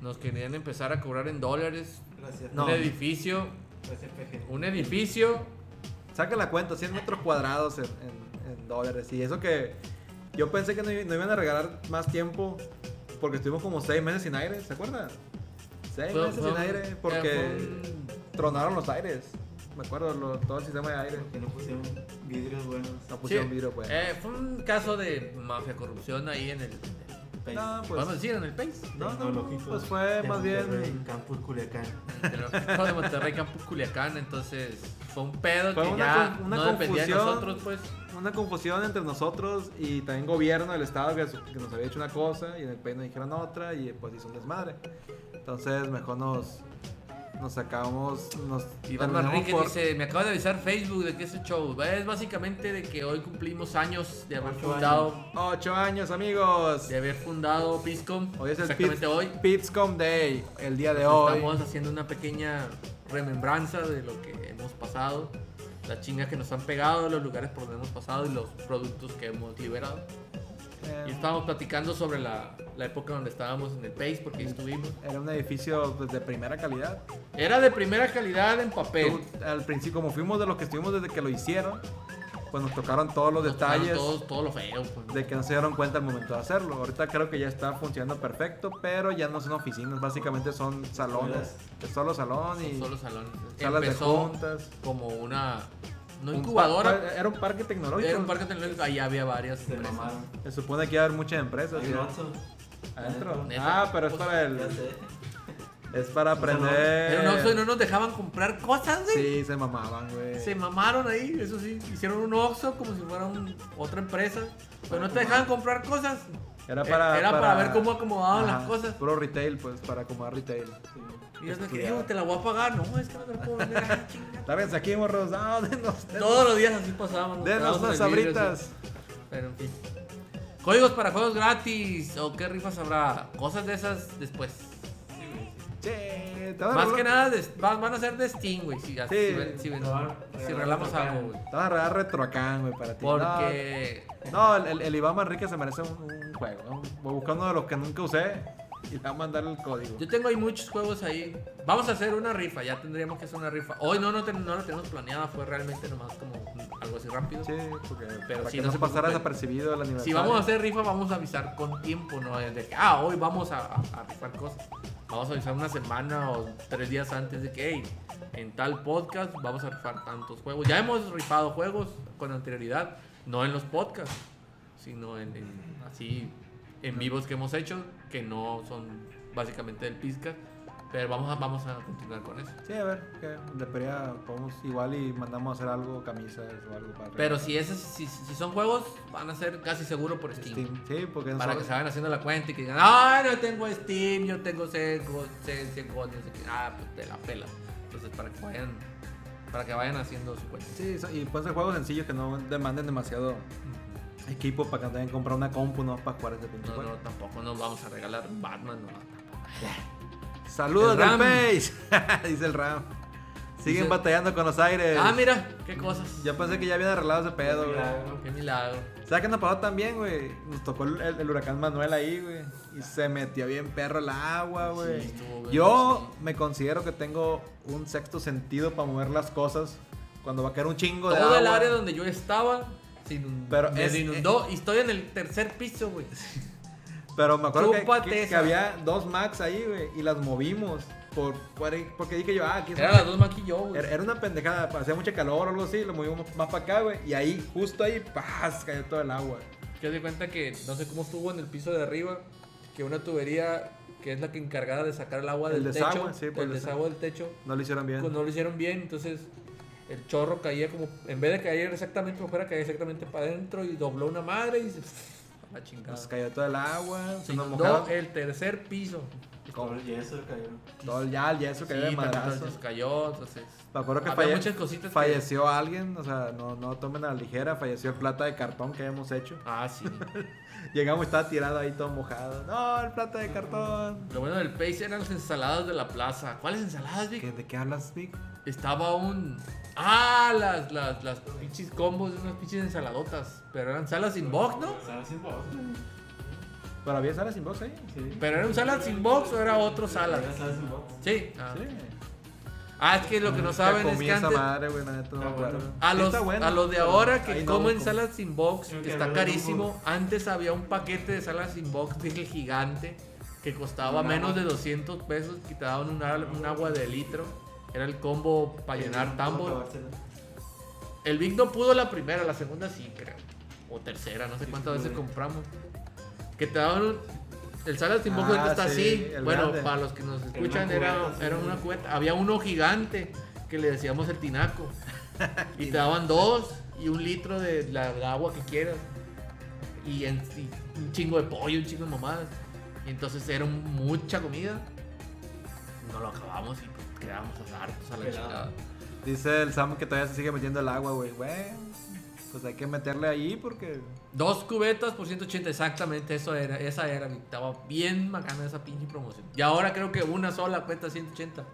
Nos querían empezar a cobrar en dólares.
Gracias.
No.
Un edificio.
Gracias, PG.
Un edificio.
Saca la cuenta, 100 metros cuadrados en, en- en dólares. Y eso que yo pensé que no, i- no iban a regalar más tiempo porque estuvimos como 6 meses sin aire, ¿se acuerdan? 6
Fue-
meses
fue
sin
un-
aire
eh,
porque
fue un-
tronaron los aires. Me acuerdo, lo- todo el sistema de aire.
Que no pusieron vidrios buenos.
No pusieron
Sí.
vidrio, pues.
Eh, fue un caso de mafia corrupción ahí en el.
no, pues.
Vamos a decir, en el país.
No, no,
Tecnológico
pues fue
de
más bien-
Monterrey, Campus Culiacán.
Entre los equipos de Monterrey, Campus Culiacán. Entonces, fue un pedo
Fue
que
una
ya
con- una
no dependía de
confusión.
nosotros, pues.
Una confusión entre nosotros y también gobierno del estado que, su- que nos había hecho una cosa y en el país nos dijeron otra y pues hizo un desmadre. Entonces mejor nos, nos sacamos, nos
Iván
terminamos
Manrique
por-
dice, me acaba de avisar Facebook de que ese show es básicamente de que hoy cumplimos años de haber
Ocho
fundado,
Ocho años, amigos.
de haber fundado Piscom.
Hoy es el
exactamente hoy.
Pitscom Day, el día de hoy.
Pues Estamos haciendo una pequeña remembranza de lo que hemos pasado, las chingas que nos han pegado, los lugares por donde hemos pasado y los productos que hemos liberado.
Eh,
Y estábamos platicando sobre la, la época donde estábamos en el Pace, porque
Mm.
ahí estuvimos.
Era un edificio pues, de primera calidad.
Era de primera calidad en papel.
Tú, al principio, como fuimos de los que estuvimos desde que lo hicieron, pues nos tocaron todos los
Nos tocaron
detalles
Todo, todo lo feo. pues.
de que no se dieron cuenta al momento de hacerlo. Ahorita creo que ya está funcionando perfecto, pero ya no son oficinas, básicamente son salones. Es solo salón y
Solo salón.
salas de
Empezó
juntas.
como una. No
Un
incubadora.
par- Era un parque tecnológico.
Era un parque tecnológico. Ahí había varias.
Se
empresas.
mamaron.
Se supone que iba a haber muchas empresas.
Hay
¿sí?
un Oxxo.
Adentro.
Neta.
Ah, pero es para
Ya
el.
sé.
Es para aprender.
Pero no, no nos dejaban comprar cosas, güey.
Eh. Sí, se mamaban, güey.
Se mamaron ahí, eso sí. Hicieron un Oxxo como si fuera un- otra empresa. Pero no te dejaban comprar cosas.
Era para,
eh, Era para ver cómo acomodaban las cosas.
Puro retail, pues, para acomodar retail.
Y yo me quedé,
Estudiaba.
"Yo te la voy a pagar. No, es que no te la puedo vender. Ah, chinga.
Lárguense aquí, morros. No, denos, denos-
Todos los días así pasábamos. nos
denos
quedábamos
unas
en el vidrio,
sabritas.
así. Pero en fin. Códigos para juegos gratis. O qué rifas habrá. Cosas de esas después.
Che, te vas a
Más
regalar-
que nada, des- va- van a ser de Steam, güey. Si, si, ven- si, ven-
Te van a
si
regalar
regalamos
otro
algo,
can.
güey.
Te vas a regalar retroacán, güey, para ti.
Porque.
No, no, el, el- el Iván Manrique se merece un, un juego. ¿no? Voy a buscar uno de los que nunca usé y le voy a mandar el código.
Yo tengo ahí muchos juegos ahí. Vamos a hacer una rifa, ya tendríamos que hacer una rifa. Hoy no, no, ten- no lo tenemos planeada, fue realmente nomás como algo así rápido.
Sí, porque para
sí,
que
no
no, pasara
se preocupen.
desapercibido el aniversario.
Si vamos a hacer rifa, vamos a avisar con tiempo, ¿no? Es de que, ah, hoy vamos a, a- a rifar cosas. Vamos a avisar una semana o tres días antes de que, hey, en tal podcast vamos a rifar tantos juegos. Ya hemos rifado juegos con anterioridad, no en los podcasts, sino en, en- así en vivos que hemos hecho, que no son básicamente del pizca, Pero vamos a, vamos a continuar con eso.
Sí, a ver, que de pelea podemos igual y mandamos a hacer algo, camisas o algo para
Pero si, ese, si, si son juegos, van a ser casi seguro por Steam.
Steam. Sí, porque no
Para
sabe-
que se vayan haciendo la cuenta y que digan, ah, no tengo Steam, yo tengo Sego, Sego, no sé qué". Ah, pues te la pela. Entonces, para que vayan, para que vayan haciendo su cuenta.
Sí, son- y pueden ser juegos sencillos que no demanden demasiado equipo para que también comprar una compu no para jugar ese pinche
No,
juego.
no, tampoco nos vamos a regalar Batman, no, tampoco.
Saludos
El
del
Ram.
Face, dice el Ram. Siguen
Dice-
batallando con los aires.
Ah, mira, qué cosas.
Yo pensé que ya habían arreglado ese pedo, güey.
Milagro.
Qué milagro.
¿Sabes qué nos pasó también, güey? Nos tocó el, el huracán Manuel ahí, güey. Y se metió bien perro el agua, güey.
Sí, estuvo bien,
Pues, Yo me considero que tengo un sexto sentido para mover las cosas cuando va a caer un chingo de
Todo
agua.
el área donde yo estaba se inundó.
Pero
me
es- eh,
inundó y estoy en el tercer piso, güey.
Pero me acuerdo que,
Chúpate
que- que
esa.
había dos Macs ahí, güey, y las movimos. Por, por- porque dije yo, ah, aquí es
Eran
una-
las dos maquillo, güey.
era, era una pendejada, hacía mucha calor o algo así, lo movimos más para acá, güey. Y ahí, justo ahí, ¡paz! cayó todo el agua.
Yo di cuenta que no sé cómo estuvo en el piso de arriba, que una tubería que es la que encargada de sacar el agua
El
del
desagüe,
techo,
sí, por el
el desagüe del techo,
No lo hicieron bien.
pues no lo hicieron bien, entonces el chorro caía como, en vez de caer exactamente para afuera, caía exactamente para adentro y dobló una madre y se... a la chingada.
Nos cayó todo el agua,
Se
se nos
inundó
mojaba.
el tercer piso.
Todo el yeso cayó.
Todo el ya, el yeso cayó de
Sí, tanto
madrazo.
se cayó, entonces...
Me acuerdo que
Había
falle-
muchas cositas que-
falleció alguien, o sea, no, no tomen a la ligera, falleció el plata de cartón que habíamos hecho.
Ah, sí.
Llegamos y estaba tirado ahí todo mojado. No, el plata de cartón.
Lo bueno del Pace eran las ensaladas de la plaza. ¿Cuáles ensaladas, Vic?
¿Qué- ¿De qué hablas, Vic?
Estaba un. ¡Ah! Las, las, las pinches combos de unas pinches ensaladotas. Pero eran salas sin box, ¿no?
Estaba sin voz,
Mm.
güey.
¿Pero había salas sin ¿eh? box ahí?
Sí.
¿Pero era un salad sin box o era otro salad?
Era salad sin box.
Sí. Ah,
Sí.
Ah, es que lo que no saben es
comí
que
esa
antes. Ah,
madre, güey, la neta, no me
Está
acuerdo.
bueno.
A
Sí
los,
está bueno,
a los de
pero
ahora que
ahí no
comen
como.
salas sin box,
Creo
que
que
está
hablamos.
carísimo. Antes había un paquete de salas sin box del gigante que costaba
Un
menos
agua.
de 200 pesos y te daban un, ar- un agua de litro. Era el combo para llenar tambor. El Vic no pudo la primera, la segunda sí, creo. O tercera, no sé
Sí,
cuántas
sí,
veces
güey.
compramos. Que te daban un- El salad sin box
Ah,
ahorita está
sí,
así.
el
Bueno,
grande.
para los que nos escuchan,
una
era,
cubeta, sí.
era una cubeta. Había uno gigante que le decíamos el tinaco. y te daban dos y un litro de la, la agua que quieras. Y, en- y un chingo de pollo, un chingo de mamadas. Y entonces era mucha comida. No lo acabamos y pues, quedábamos hartos a la
Pelado.
chingada.
Dice el Sam que todavía se sigue metiendo el agua, güey. Güey, pues hay que meterle ahí porque...
Dos cubetas por 180, exactamente, eso era, esa era, güey. estaba bien macana esa pinche promoción. Y ahora creo que una sola cuesta 180.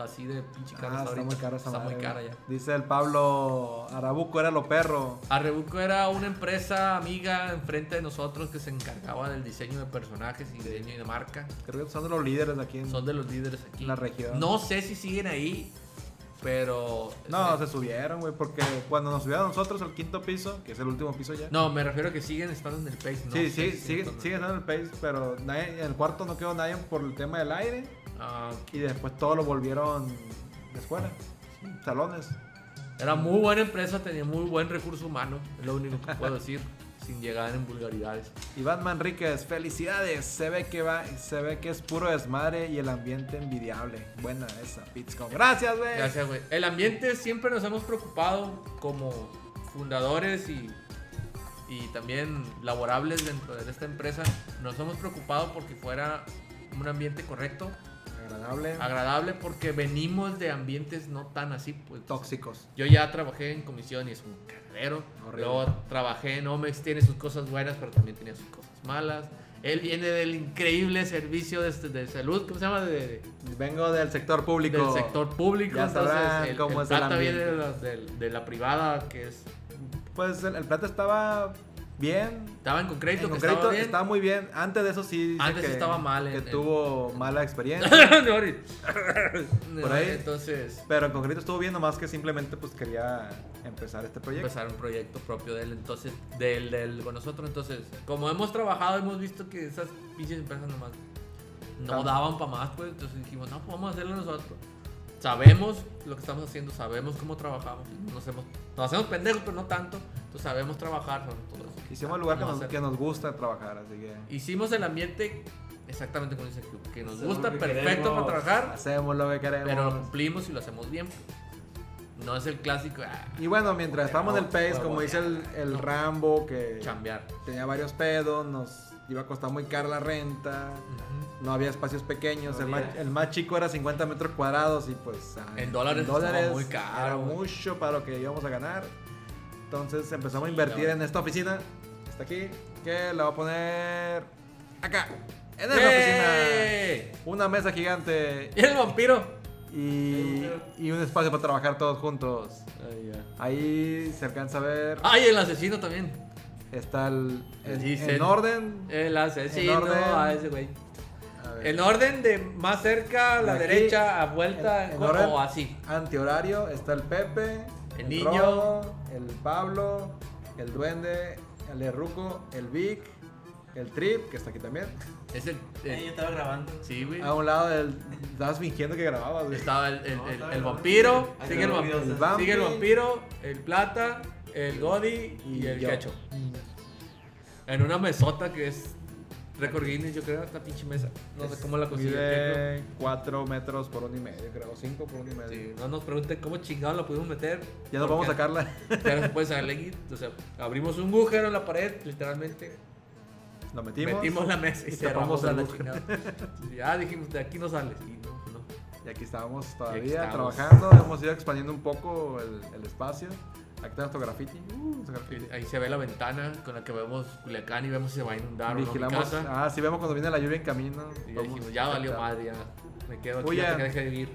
Está así de pinche
Ah,
cara.
está
ahorita.
muy cara esa
Está
madre,
muy cara
güey.
ya.
Dice el Pablo Arabuco, era lo perro.
Arrebuco era una empresa amiga enfrente de nosotros que se encargaba del diseño de personajes y diseño de marca.
Creo que son de los líderes aquí en...
Son de los líderes aquí.
La región.
No sé si siguen ahí, pero.
No, se subieron, güey, porque cuando nos subieron nosotros al quinto piso, que es el último piso ya.
No, me refiero a que siguen estando en el Face. No
sí, sí,
sé si
sigue,
están-
sigue estando en el país, pero nadie- en el cuarto no quedó nadie por el tema del aire
Ah,
y después todos lo volvieron de escuela, salones.
Era muy buena empresa, tenía muy buen recurso humano, es lo único que puedo decir, sin llegar en vulgaridades.
Iván Manríquez, felicidades. Se ve que va, se ve que es puro desmadre y el ambiente envidiable. Buena esa, Pizcom. Gracias, güey.
Gracias, güey. El ambiente siempre nos hemos preocupado como fundadores y, y también laborables dentro de esta empresa. Nos hemos preocupado porque fuera un ambiente correcto,
Agradable.
agradable, porque venimos de ambientes no tan así, pues.
Tóxicos.
Yo ya trabajé en comisión y es un cagadero.
Horrible.
Luego trabajé en Omex, tiene sus cosas buenas, pero también tenía sus cosas malas. Él viene del increíble servicio de, de salud, ¿cómo se llama? De-
Vengo del sector público.
Del sector público.
Ya
entonces,
sabrán
el,
cómo
el
es el
Tata viene de
ambiente.
la, de- de la privada, que es.
Pues el, el plato estaba bien.
Estaba en concreto,
En
que
concreto,
estaba bien.
estaba muy bien. Antes de eso sí. dice
Antes
que,
estaba mal en-
Que
en-
tuvo mala experiencia.
No, ahorita.
Por ahí.
Entonces,
pero en concreto estuvo bien, nomás que simplemente pues quería empezar este proyecto.
empezar un proyecto propio de él, entonces, del, del- con nosotros. Entonces, como hemos trabajado, hemos visto que esas pinches empresas nomás no
Tan-
daban para más, pues, entonces dijimos, no, pues vamos a hacerlo nosotros. Sabemos lo que estamos haciendo, sabemos cómo trabajamos, nos hacemos, nos hacemos pendejos, pero no tanto, entonces sabemos trabajar sobre todo eso.
Hicimos el lugar que
Vamos a
nos,
hacer.
que nos gusta trabajar, así que.
Hicimos el ambiente exactamente como dice Cube, que nos
Hacemos
gusta,
lo que
perfecto para
queremos.
trabajar,
Hacemos lo que queremos.
pero lo cumplimos y lo hacemos bien. pues. No es el clásico, ah,
Y bueno, mientras estamos en el PES, como dice el, el Rambo, que
chambear.
tenía varios pedos, nos iba a costar muy cara la renta, no había espacios pequeños,
No
el, más,
había.
el más chico era 50 metros cuadrados y pues... ah,
En dólares estaba muy caro,
Era
güey.
mucho para lo que íbamos a ganar. Entonces empezamos a
Sí,
invertir
la
en esta oficina, está aquí, que la voy a poner acá, en esa oficina.
¡Eh!
Una mesa gigante
Y el vampiro.
y, y un espacio para trabajar todos juntos. Ahí se alcanza a ver.
Ay, el asesino también.
Está el. En,
Dicen.
en orden.
El asesino.
En orden.
ah, ese güey.
A ver,
En orden de más cerca, a la
Aquí,
derecha, a vuelta,
en- en
o
orden.
así.
Antihorario. Está el Pepe.
El niño.
Rodo, el Pablo. El Duende. El Erruco. El Vic. El Trip, que está aquí también.
Es el.
Eh, yo
el-
estaba grabando.
sí, güey.
A un lado del. Estabas fingiendo que grababas, güey.
Estaba el, el,
No,
el,
estaba
el
grabando.
vampiro,
Ahí
sigue el,
grabó
vamp-
videos.
El
El
vampi,
sigue el vampiro, el plata, el godi y, el
yo.
quecho. En una mesota que es récord Guinness, yo creo, esta pinche mesa. No sé cómo la consiguió. el
Mide 4 metros por uno y medio, creo. 5 por uno y
Checo.
medio.
Sí, no nos pregunten cómo chingados la pudimos meter.
Ya no vamos a
porque-
sacarla.
Ya no se puede salir, o sea, abrimos un agujero en la pared, literalmente,
Lo metimos.
metimos la mesa y,
y
cerramos
tapamos
a
el
la
agujero.
chingada. Ya dijimos, de aquí no sales. Y no, pues no.
Y aquí estábamos todavía
aquí estamos.
trabajando, hemos ido expandiendo un poco el, el espacio. Aquí está nuestro graffiti. Uh, nuestro graffiti.
Ahí se ve la ventana con la que vemos Culiacán y vemos si se va a inundar o no mi
Vigilamos.
casa.
Ah, sí, vemos cuando viene la lluvia en camino.
y ya
Vamos
dijimos, ya valió
a-
madre, ya me quedo aquí,
Oye.
ya te deje de vivir.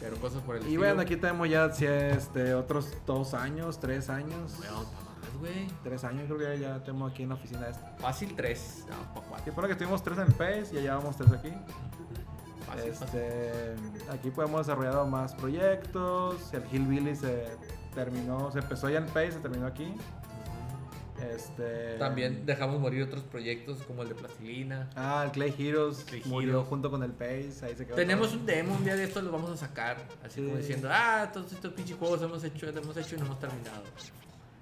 Pero cosas por el
Y bueno, aquí tenemos ya si este, otros dos años, tres años.
Weón, pa' más, güey.
Tres años creo que ya tenemos aquí en la oficina esta.
Fácil tres, no, pa' cuatro.
Que fueron que estuvimos tres en PES y ya llevamos tres aquí.
Fácil, fácil.
Este, aquí pues hemos desarrollado más proyectos. El Hillbilly se terminó, se empezó ya en PES, se terminó aquí. Este,
También dejamos morir otros proyectos como el de plastilina.
Ah, el Clay Heroes
Clay
murió
Heroes.
junto con el Pace, ahí se quedó.
Tenemos
todo.
un demo, un día de estos lo vamos a sacar. Así como
Sí.
diciendo, ah, todos estos pinches juegos hemos hecho, hemos hecho y no hemos terminado.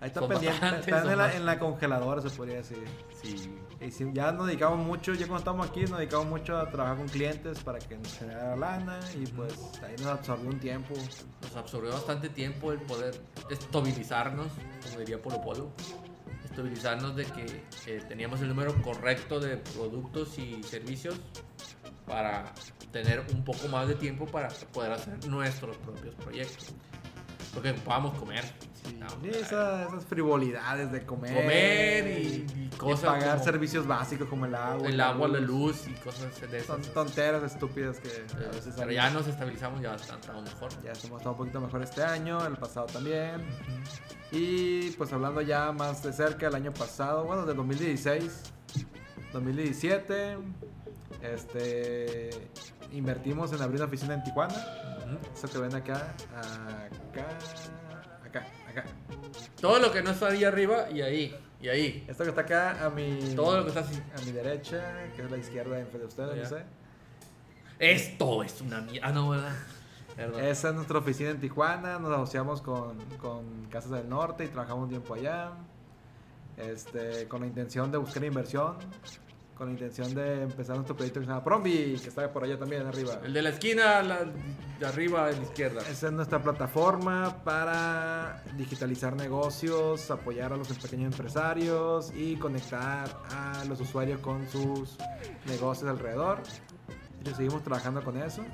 Ahí está
son
pendiente,
bastantes,
está en
son
la,
bastantes.
en la congeladora se podría decir.
Sí.
Y si- ya nos dedicamos mucho, ya cuando estamos aquí nos dedicamos mucho a trabajar con clientes para que nos generara lana y pues ahí nos absorbió un tiempo.
Nos absorbió bastante tiempo el poder estabilizarnos, como diría Polo Polo. Estabilizarnos de que eh, teníamos el número correcto de productos y servicios para tener un poco más de tiempo para poder hacer nuestros propios proyectos. Porque ocupábamos comer. Estábamos
Y
cagados.
esa- esas frivolidades de comer,
Comer y- y cosas
pagar
como-
servicios básicos como el agua,
El agua, la luz y cosas de esas.
Son tonteras estúpidas que a
Eh,
veces
Pero
hay-
ya nos estabilizamos, ya bastante, estamos mejor.
Ya hemos estado un poquito mejor este año, el pasado también. Y pues hablando ya más de cerca, el año pasado, bueno, del 2016, 2017, este, invertimos en abrir una oficina en Tijuana.
Ujú.
Eso que ven acá, acá, acá, acá.
Todo lo que no está ahí arriba y ahí, y ahí.
Esto que está acá a mi,
Todo lo que está así.
a mi derecha, que es la izquierda enfrente de ustedes,
Ya.
no sé.
Esto es una mierda. Ah, no, ¿verdad? Perdón.
Esa es nuestra oficina en Tijuana, nos asociamos con, con Casas del Norte y trabajamos un tiempo allá, este, con la intención de buscar inversión, con la intención de empezar nuestro proyecto que se llama Prombi, que está por allá también arriba.
El de la esquina, la, de arriba, a la izquierda.
Esa es nuestra plataforma para digitalizar negocios, apoyar a los pequeños empresarios y conectar a los usuarios con sus negocios alrededor. Y seguimos trabajando con eso.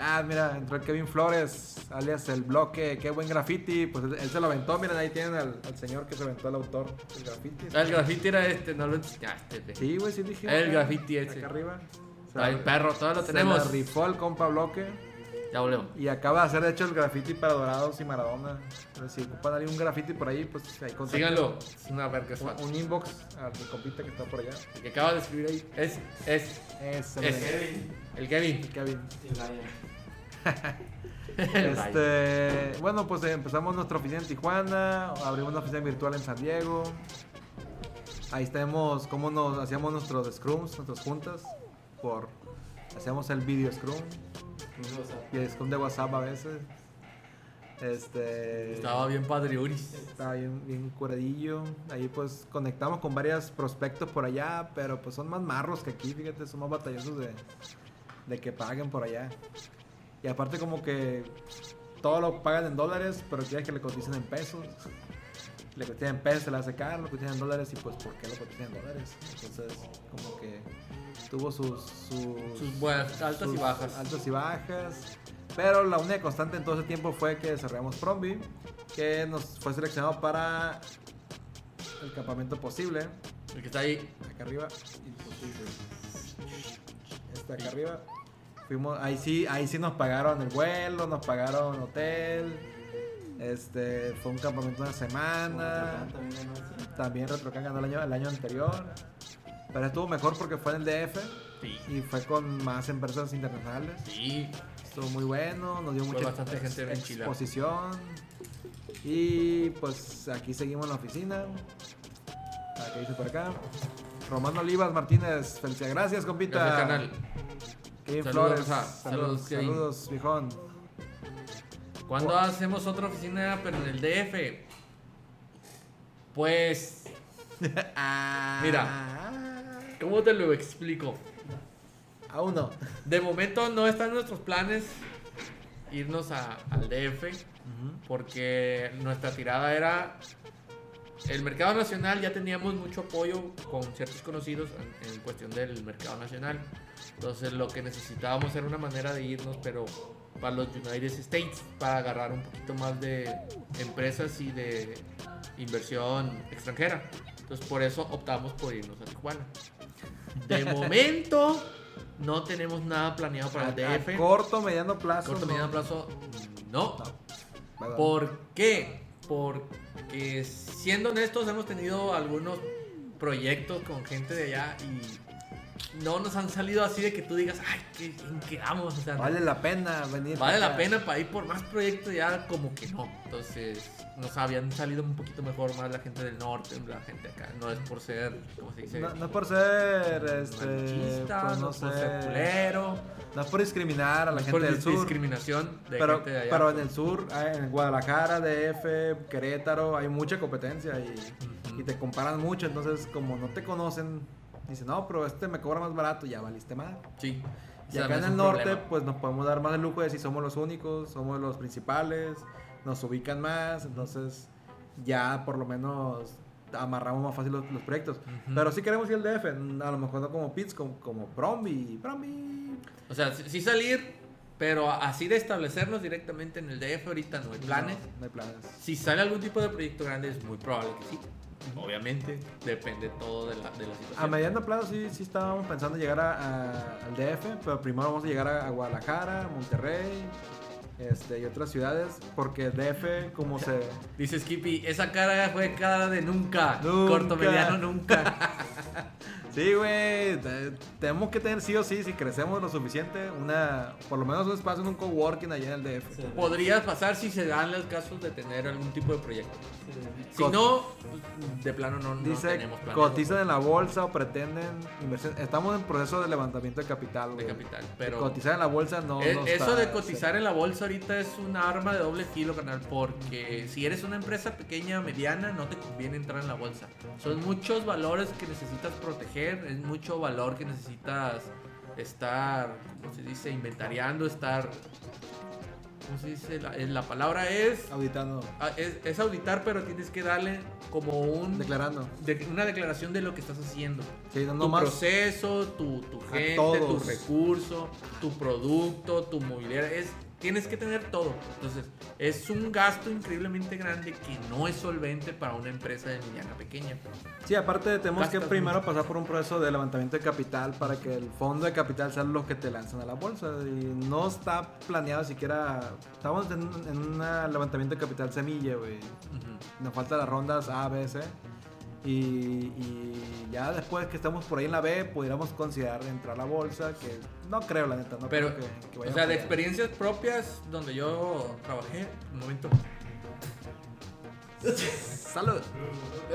Ah, mira, entró el Kevin Flores, alias el bloque, qué buen graffiti. Pues él, él se lo aventó, miren, ahí tienen al, al señor que se aventó el autor del graffiti.
Ah, El graffiti era este, no lo enseñaste. güey.
Sí, güey, sí dije.
El
acá,
graffiti ese.
Acá arriba. Se
Ay,
la-
perro, todo lo
se la
tenemos.
rifó el compa bloque.
Ya volvemos.
Y acaba de hacer, de hecho, el graffiti para Dorados y Maradona. Pero si ocupan alguien un graffiti por ahí, pues ahí contacten.
Síganlo. Es una verga es
Un,
fácil.
un inbox al mi compita que está por allá.
El que acaba de escribir ahí es, es
Ese,
Ese.
mire,
el
Kevin
Kevin.
Kevin.
y Brian.
Este, bueno, pues eh, empezamos nuestra oficina en Tijuana, abrimos una oficina virtual en San Diego. Ahí tenemos cómo nos hacíamos nuestros scrums, nuestras juntas. Por, hacíamos el video scrum
Incluso, o sea,
y el scrum de WhatsApp a veces. Este.
Estaba bien padriuris.
Estaba bien, bien curadillo. Ahí pues conectamos con varios prospectos por allá, pero pues son más marros que aquí, fíjate, son más batallosos de, de que paguen por allá. Y aparte como que todo lo pagan en dólares, pero quieres que le cotizan en pesos. Le cotizan en pesos, se la hace caro, lo cotizan en dólares y pues ¿por qué lo cotizan en dólares? Entonces como que tuvo sus... sus
Sus buenas, altas y
sus
bajas.
Altas y bajas. Pero la única constante en todo ese tiempo fue que desarrollamos Prombi, que nos fue seleccionado para el campamento posible,
El que está ahí.
acá arriba, este acá arriba. Fuimos, ahí sí, ahí sí nos pagaron el vuelo, nos pagaron hotel. Este, fue un campamento de una semana. También Retrocan ganó el año, el año anterior. Pero estuvo mejor porque fue en el DF
Sí.
y fue con más empresas internacionales.
Sí.
Estuvo muy bueno, nos dio
Fue
mucha
bastante
ex-
gente bien chila.
exposición. Y pues aquí seguimos en la oficina. Ah, ¿Qué dice por acá? Román Olivas Martínez, felicidades. Gracias, compita.
Gracias, canal.
Kevin
Saludos,
Flores.
Raza.
Saludos,
Saludos, Kevin.
saludos, viejón.
¿Cuándo hacemos otra oficina, pero en el DF? Pues, Ah.
Mira.
¿cómo te lo explico?
Aún no.
De momento no están nuestros planes irnos a- al DF, porque nuestra tirada era... El mercado nacional ya teníamos mucho apoyo con ciertos conocidos en, en cuestión del mercado nacional. Entonces lo que necesitábamos era una manera de irnos, pero para los United States, para agarrar un poquito más de empresas y de inversión extranjera. Entonces por eso optamos por irnos a Tijuana. De momento no tenemos nada planeado para el
A- a
DF.
corto, mediano plazo.
Corto,
no.
mediano plazo,
No.
no.
Perdón.
¿Por qué? Porque siendo honestos hemos tenido algunos proyectos con gente de allá y no nos han salido así de que tú digas, ay, ¿qué, ¿en qué vamos? O sea,
Vale la pena venir. para
vale la
acá.
pena para ir por más proyectos ya como que no. Entonces nos habían salido un poquito mejor más la gente del norte, la gente acá. No es por ser, ¿cómo se dice?
No, no es por ser, este,
Machista,
pues, no,
no, es por ser
sé,
culero,
no es por discriminar a la
no es
gente
por
del sur.
discriminación de
pero,
gente de allá. pues.
pero en el sur, eh, en Guadalajara, DF, Querétaro, hay mucha competencia y,
Ujú.
y te comparan mucho. Entonces, como no te conocen, dicen, no, pero este me cobra más barato, ya valiste más.
Sí. O
Y
sea,
acá
no
en
es
el
un
norte,
problema.
pues nos podemos dar más el lujo de decir somos los únicos, somos los principales, nos ubican más, entonces ya por lo menos amarramos más fácil los, los proyectos.
Ujú.
Pero sí queremos ir al DF, a lo mejor no como Pits, como, como Bromby, Bromby.
O sea, sí sí salir, pero así de establecernos directamente en el DF ahorita no hay planes.
No, no hay planes.
Si sale algún tipo de proyecto grande es muy probable que sí. Obviamente, depende todo de la, de la
A
situación.
mediano plazo sí, sí estábamos pensando llegar a, a- al DF, pero primero vamos a llegar a, a Guadalajara, Monterrey este, y otras ciudades, porque DF como se...
Dice Skippy, esa cara fue cara de nunca.
Nunca.
Corto, mediano, nunca.
Sí, güey. te- Tenemos que tener sí o sí, si crecemos lo suficiente, una, por lo menos un espacio en un coworking allá en el DF.
Sí.
Podría pasar si se dan los casos de tener algún tipo de proyecto. Si
Cot-
no, pues, de plano no, no
Dice,
tenemos planes
cotizan en la bolsa o pretenden inversión. Estamos en proceso de levantamiento de capital,
de
güey.
capital. Pero
Cotizar en la bolsa no.
Eh,
no
eso
está-
de cotizar en la bolsa ahorita es un arma de doble filo, canal, porque si eres una empresa pequeña, mediana, no te conviene entrar en la bolsa. Son muchos valores que necesitas proteger, es mucho valor que necesitas estar, ¿cómo se dice? Inventariando, estar... ¿Cómo se dice? La, eh, la palabra es,
Auditando,
ah, es... es auditar, pero tienes que darle como un...
declarando.
de- una declaración de lo que estás haciendo
Sí, no, no
tu
más.
proceso, tu, tu
A
gente, tu
todos.
recurso, tu producto, tu mobiliario. Es, tienes que tener todo. Entonces, es un gasto increíblemente grande que no es solvente para una empresa de mediana pequeña.
Sí, aparte tenemos que
Gastas
primero
mucho.
pasar por un proceso de levantamiento de capital para que el fondo de capital sean los que te lanzan a la bolsa. Y no está planeado siquiera. Estamos en, en un levantamiento de capital semilla, güey.
Ujú.
Nos faltan las rondas A, B, C. Y, y ya después que estamos por ahí en la B, pudiéramos considerar entrar a la bolsa, que no creo, la neta, no
Pero,
creo que, que
o
vaya
sea,
por
de
ahí.
experiencias propias donde yo trabajé, un momento.
Salud.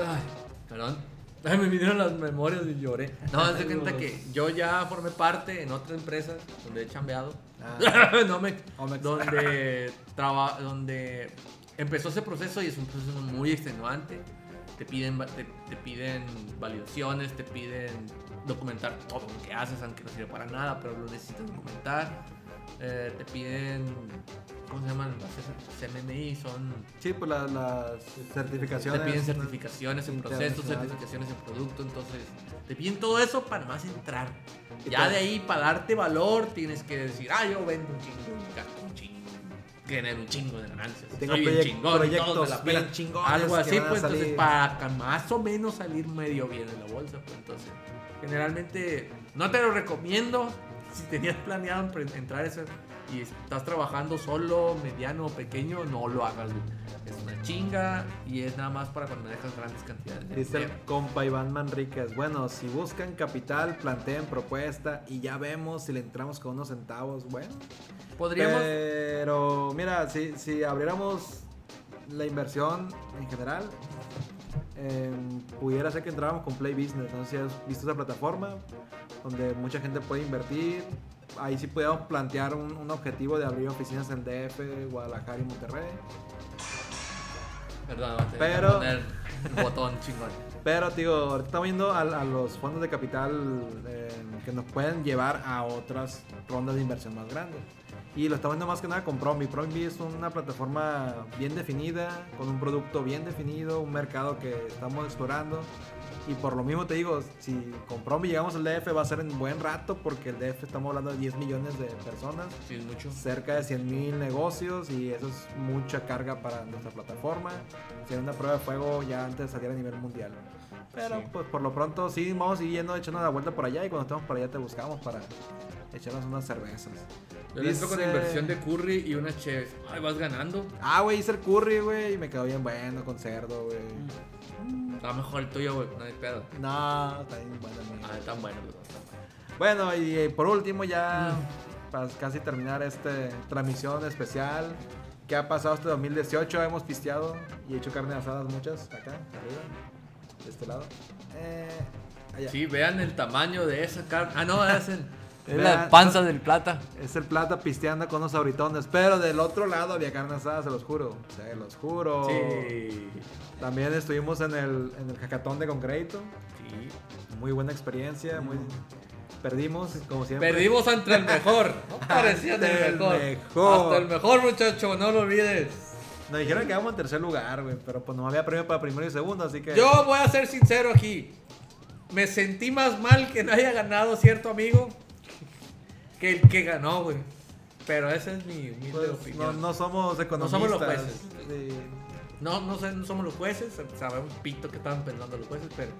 Ay, perdón. Ay, me vinieron las memorias y lloré. No, haz de cuenta que yo ya formé parte en otra empresa donde he chambeado.
Ah.
no me,
Omex.
donde, traba- donde empezó ese proceso y es un proceso muy extenuante. Te piden, va- te, te piden validaciones, te piden documentar todo lo que haces, aunque no sirve para nada, pero lo necesitas documentar. Eh, te piden, ¿cómo se llaman? Las CMMI son
Sí, pues las, las certificaciones.
te piden certificaciones en procesos,
internacionales.
certificaciones en producto, entonces te piden todo eso para más entrar. Ya de ahí, para darte valor, tienes que decir, ah, yo vendo un chingo, gasto un chingo, genero un chingo de ganancias.
Y tengo
soy bien
proyec-
chingón,
proyectos
todos me la
bien
pelan".
chingones
Algo
que
así,
van a
pues entonces
salir.
para ca- más o menos salir medio bien en la bolsa, pues entonces generalmente no te lo recomiendo si tenías planeado empre- entrar a eso y estás trabajando solo, mediano o pequeño, no lo hagas. güey. Es una chinga y es nada más para cuando dejas grandes cantidades de
Dice el
dinero.
compa Iván Manríquez. Bueno, si buscan capital, planteen propuesta y ya vemos si le entramos con unos centavos. Bueno,
Podríamos
Pero mira, si, si abriéramos la inversión en general, eh, pudiera ser que entráramos con Play Business. No sé si has visto esa plataforma donde mucha gente puede invertir. Ahí sí podíamos plantear un, un objetivo de abrir oficinas en DF, Guadalajara y Monterrey.
Perdón, voy a tener que
Pero-
poner el botón chingón.
Pero, te digo, ahorita estamos viendo a, a los fondos de capital eh, que nos pueden llevar a otras rondas de inversión más grandes. Y lo estamos viendo más que nada con Promi. Promi es una plataforma bien definida, con un producto bien definido, un mercado que estamos explorando. Y por lo mismo te digo, si con Promi llegamos al DF va a ser en buen rato, porque el DF estamos hablando de 10 millones de personas
Sí, es mucho.
cerca de 100 mil negocios y eso es mucha carga para nuestra plataforma. Sería una prueba de fuego ya antes de salir a nivel mundial. Pero
Sí.
pues por lo pronto sí, vamos siguiendo echando la vuelta por allá y cuando estemos por allá te buscamos para echarnos unas cervezas.
Yo le entro con
Dice-
inversión de curry y unas cheves. Ay, vas ganando.
Ah, güey, hice el curry, güey, y me quedó bien bueno con cerdo, güey.
Mm. Está mejor el tuyo, güey. No hay pedo.
No, está bien bueno, güey.
Ah, tan bueno, güey.
Bueno, y eh, por último ya
Mm.
para casi terminar esta transmisión especial. ¿Qué ha pasado este 2018? Hemos pisteado y hecho carne asadas muchas acá, arriba, de este lado. Eh, allá.
Sí, vean el tamaño de esa carne. Ah, no, es, el- es la
Vean,
panza del plata.
Es el plata pisteando con unos abritones, pero del otro lado había carne asada, se los juro. Se los juro.
Sí.
También estuvimos en el, en el jacatón de concreto.
Sí.
Muy buena experiencia, muy... Perdimos, como siempre.
Mm. Perdimos ante el mejor. No parecía
Ante el
el mejor.
mejor.
Hasta el mejor, muchacho, no lo olvides.
Nos dijeron que íbamos en tercer lugar, güey, pero pues no había premio para primero y segundo, así que...
Yo voy a ser sincero aquí. Me sentí más mal que no haya ganado cierto amigo que el que ganó, güey. Pero esa es mi humilde
Pues, no,
opinión. No,
no somos economistas.
somos los jueces.
sí.
no, sé, no somos los jueces, sabemos pito que estaban pensando los jueces, pero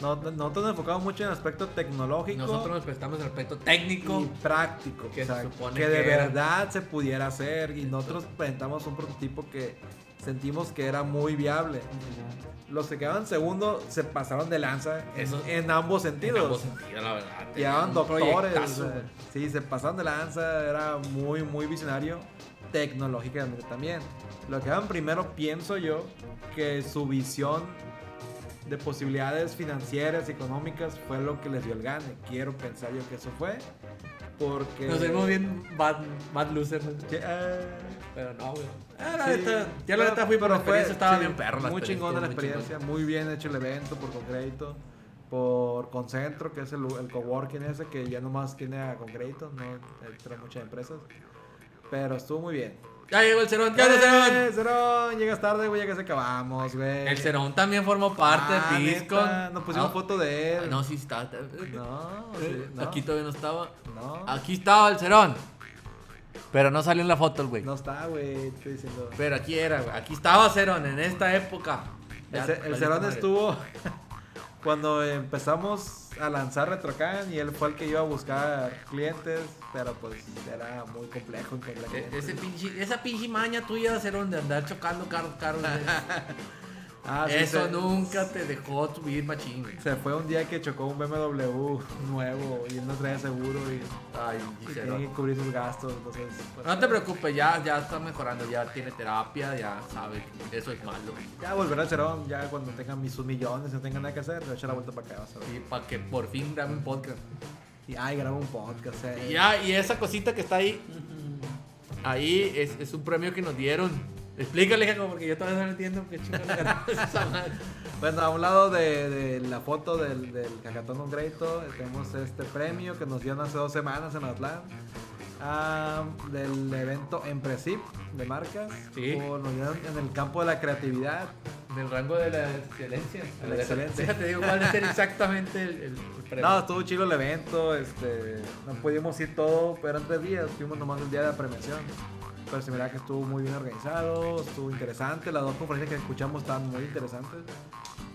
No- no- nosotros nos enfocamos mucho en el aspecto tecnológico
nosotros nos prestamos el aspecto técnico.
y práctico.
que
o sea,
se supone
que de
que era.
verdad se pudiera hacer. Y nosotros presentamos un prototipo que sentimos que era muy viable. Los que quedaban segundo se pasaron de lanza en,
Eso-
en ambos
En
sentidos.
ambos sentidos, la verdad.
Llevaban
Un
doctores.
proyectazo,
eh,
güey.
sí, se pasaron de lanza. Era muy, muy visionario. Tecnológicamente también. Lo que daban primero, pienso yo, que su visión de posibilidades financieras y económicas fue lo que les dio el gane. Quiero pensar yo que eso fue. Porque.
Nos vemos bien bad, bad loser, güey.
Sí, eh,
pero no, güey. Ah, la
sí.
neta, ya la neta fui por
Pero
la experiencia,
fue-
estaba
sí,
bien perro. la
Muy chingona la experiencia,
muy
muy bien hecho el evento por concreto, por Concentro, que es el, el coworking ese que ya nomás tiene a concreto, no entra muchas empresas. Pero estuvo muy bien.
chingona. Ya llegó el cerón, ya llegó el cerón.
¡Eh, Cerón! Llegas tarde, güey, ya que se acabamos, güey.
El Cerón también formó parte
Ah,
del disco.
neta, Nos pusimos
Ah,
foto de
ah,
él.
No, sí está. eh,
No, sí, no.
Aquí todavía no estaba.
No,
Aquí estaba el Cerón. Pero no salió en la foto el güey.
no está, güey. Estoy diciendo.
Pero aquí era, güey. Aquí estaba Cerón en esta época.
El,
Ya,
ce- el
valiste
Cerón
madre.
estuvo cuando empezamos a lanzar Retrocan y él fue el que iba a buscar clientes, pero pues era muy complejo encontrar
E-
clientes.
ese pinche- esa pinche maña tuya, Cerón, de andar chocando carros, carros. güey.
Ah, sí,
Eso
se-
nunca te dejó subir machín, güey.
Se fue un día que chocó un BMW nuevo y él no traía seguro y
Ay,
y
Gisela.
tiene que cubrir sus gastos. Entonces, pues,
No te preocupes, ya, ya está mejorando, ya tiene terapia, ya sabe, eso es malo.
ya volverá a Cerón, ya cuando tengan mis sus millones y no tengan nada que hacer, le voy a echar la vuelta para acá. vas a ver.
Sí, para que por fin grabe un podcast.
Y ay, grabo un podcast. eh.
Y ya, y esa cosita que está ahí, ahí es, es un premio que nos dieron. Explícale, Jacob, porque yo todavía no lo entiendo qué chingada le ganó esa madre.
Bueno, a un lado de, de la foto del, del Cacatón con Crédito, tenemos este premio que nos dieron hace dos semanas en Mazatlán. ah, del evento Empresip de marcas.
Sí.
O nos dieron en el campo de la creatividad.
En el rango de la excelencia.
De la excelencia.
Déjate, digo, cuál es el- exactamente el, el- el premio.
No, estuvo chido el evento, este, no pudimos ir todo, pero eran tres días, fuimos nomás el día de la premiación. Pero se mira que estuvo muy bien organizado, estuvo interesante, las dos conferencias que escuchamos estaban muy interesantes.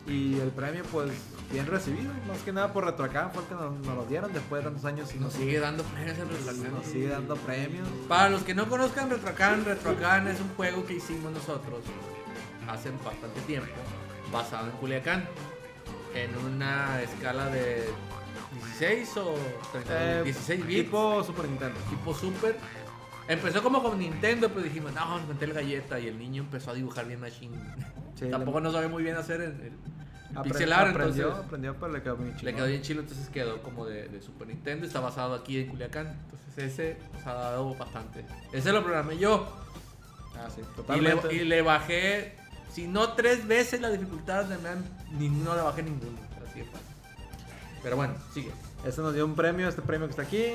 Y el premio, pues, bien recibido, más que nada por Retroacá, fue el que nos, nos lo dieron después de tantos años y nos,
Nos sigue dando premios en
sigue-
Retroacán.
nos sigue dando premios.
Para los que no conozcan Retroacán, Retroacán es un juego que hicimos nosotros hace bastante tiempo, basado en Culiacán, en una escala de 16 o 32,
Eh,
16 bits, tipo,
Tipo Super Nintendo.
super. Empezó como con Nintendo, pero dijimos, no, vamos a meter galleta y el niño empezó a dibujar bien machine.
Sí, le-
Tampoco no sabe muy bien hacer el, el- el
apre-
pixel art,
aprendió,
entonces
aprendió, pero le quedó bien chido.
le quedó bien chilo, entonces quedó como de, de Super Nintendo. Está basado aquí en Culiacán. Entonces ese nos ha dado bastante. Ese lo programé yo.
Ah, sí,
Y le,
totalmente.
y le bajé, si no tres veces la dificultad, de man, ni- no le bajé ninguno. Así de fácil. Pero bueno, sigue.
Este nos dio un premio, este premio que está aquí,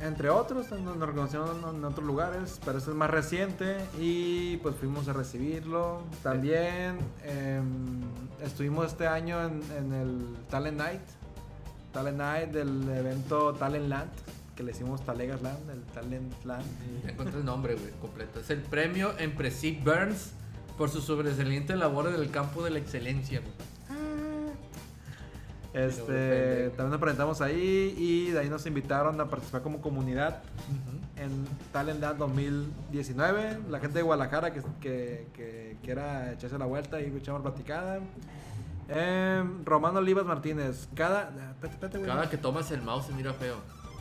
entre otros, nos nos reconocieron en- en otros lugares, pero este es más reciente y pues fuimos a recibirlo. También em, estuvimos este año en, en el Talent Night, Talent Night del evento Talent Land, que le hicimos Talegas Land, el Talent Land.
Ya encontré el nombre, güey, completo. Es el premio Empresiv Burns por su sobresaliente labor en el campo de la excelencia, güey.
Este,
ofende.
también nos presentamos ahí y de ahí nos invitaron a participar como comunidad en Talent Land 2019. La gente de Guadalajara que, que, que quiera echarse la vuelta y echamos platicada. Em, Román Olivas Martínez. Cada. Espérate, espérate, güey.
Cada que tomas el mouse se mira feo.